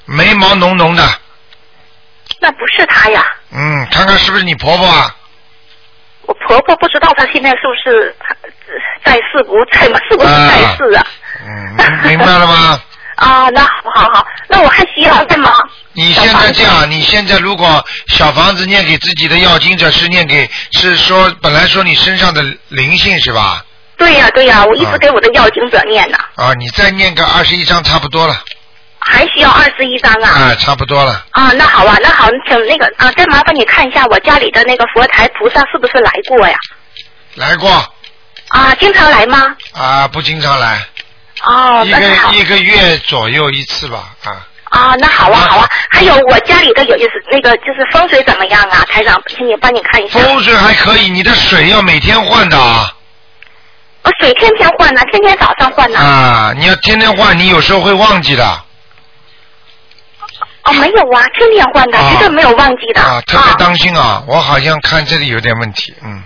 Speaker 1: 眉毛浓浓的，
Speaker 13: 那不是她呀，
Speaker 1: 嗯，看看是不是你婆婆啊？
Speaker 13: 我婆婆不知道她现在是不是她在世不在吗？是不是在世啊？
Speaker 1: 嗯明明白了吗？
Speaker 13: 啊，那好好好，那我还需要干嘛？
Speaker 1: 你现在这 样，你现在如果小房子念给自己的要经者是念给，是说本来说你身上的灵性是吧？
Speaker 13: 对呀、对呀、我一
Speaker 1: 啊
Speaker 13: 直给我的药经者念呢，
Speaker 1: 啊，你再念个二十一章差不多了，
Speaker 13: 还需要二十一张啊。
Speaker 1: 啊，差不多了。
Speaker 13: 啊，那好啊，那好，请那个啊，再麻烦你看一下我家里的那个佛台菩萨是不是来过呀？
Speaker 1: 来过
Speaker 13: 啊，经常来吗？
Speaker 1: 啊，不经常来，
Speaker 13: 哦，
Speaker 1: 一
Speaker 13: 那
Speaker 1: 个
Speaker 13: 好
Speaker 1: 一个月左右一次吧，啊，
Speaker 13: 啊，那好啊，好啊。还有我家里的有就是那个就是风水怎么样啊？台长，请你帮你看一下。
Speaker 1: 风水还可以，你的水要每天换的啊，
Speaker 13: 我哦水天天换呢，天天早上换呢。
Speaker 1: 啊，你要天天换，你有时候会忘记的，
Speaker 13: 哦，没有啊，天天换的，绝对没有忘记的。
Speaker 1: 啊，特别当心啊，我好像看这里有点问题，嗯，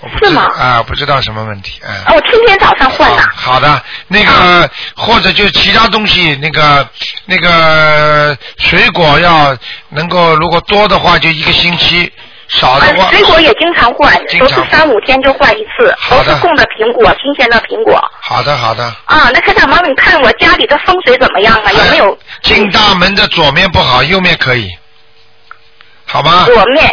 Speaker 1: 我不知
Speaker 13: 是吗
Speaker 1: 啊，不知道什么问题，哎、啊
Speaker 13: 啊，我天天早上换呢。
Speaker 1: 好的，那
Speaker 13: 啊
Speaker 1: 个或者就其他东西，那个那个水果要能够，如果多的话就一个星期，少的
Speaker 13: 呃
Speaker 1: 话
Speaker 13: 水果也经常换，
Speaker 1: 经
Speaker 13: 都
Speaker 1: 常
Speaker 13: 是三五天就换一次，都
Speaker 1: 好的
Speaker 13: 是供的苹果，新鲜的苹果。
Speaker 1: 好的好的。
Speaker 13: 啊，那台长，麻烦你看我家里的风水怎么样
Speaker 1: 哎
Speaker 13: 啊？有没有
Speaker 1: 进大门的左面不好，右面可以，好吗？
Speaker 13: 左面？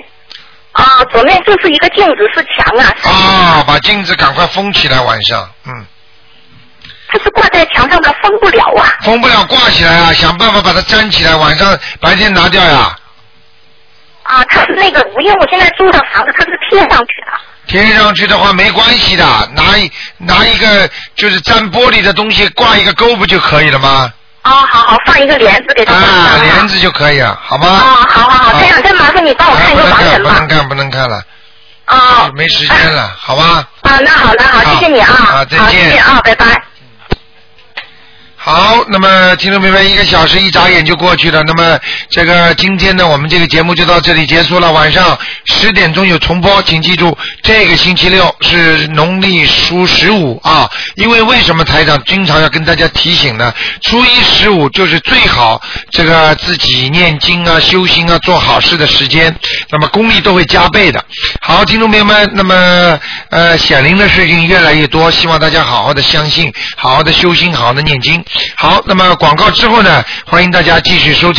Speaker 13: 啊，左面就是一个镜子，是墙啊，
Speaker 1: 啊，把镜子赶快封起来，晚上，嗯，
Speaker 13: 它是挂在墙上的，封不了啊。
Speaker 1: 封不了挂起来啊，想办法把它粘起来，晚上白天拿掉呀，
Speaker 13: 啊，它是那个，因为我现在租的房子，它是贴上去的。
Speaker 1: 贴上去的话没关系的，拿一拿一个就是粘玻璃的东西挂一个钩不就可以了吗？
Speaker 13: 啊，好好放一个帘子给它放
Speaker 1: 啊，
Speaker 13: 上啊。
Speaker 1: 帘子就可以了，好吗？哎
Speaker 13: 啊，好好好，台长，再麻烦你帮我看一个
Speaker 1: 啊不
Speaker 13: 房
Speaker 1: 能
Speaker 13: 神吧。
Speaker 1: 看，不能看，不能看了，
Speaker 13: 啊
Speaker 1: 没时间了，好吧？
Speaker 13: 啊，那好，那好，谢谢你啊，
Speaker 1: 好
Speaker 13: 好，
Speaker 1: 再
Speaker 13: 谢
Speaker 1: 见
Speaker 13: 谢啊，拜拜。
Speaker 1: 好，那么听众朋友们，一个小时一眨眼就过去了。那么这个今天呢，我们这个节目就到这里结束了。晚上十点钟有重播，请记住，这个星期六是农历初十五啊。因为为什么台长经常要跟大家提醒呢？初一十五就是最好这个自己念经啊、修行啊、做好事的时间，那么功力都会加倍的。好，听众朋友们，那么呃，显灵的事情越来越多，希望大家好好的相信，好好的修心，好好的念经。好，那么广告之后呢，欢迎大家继续收听。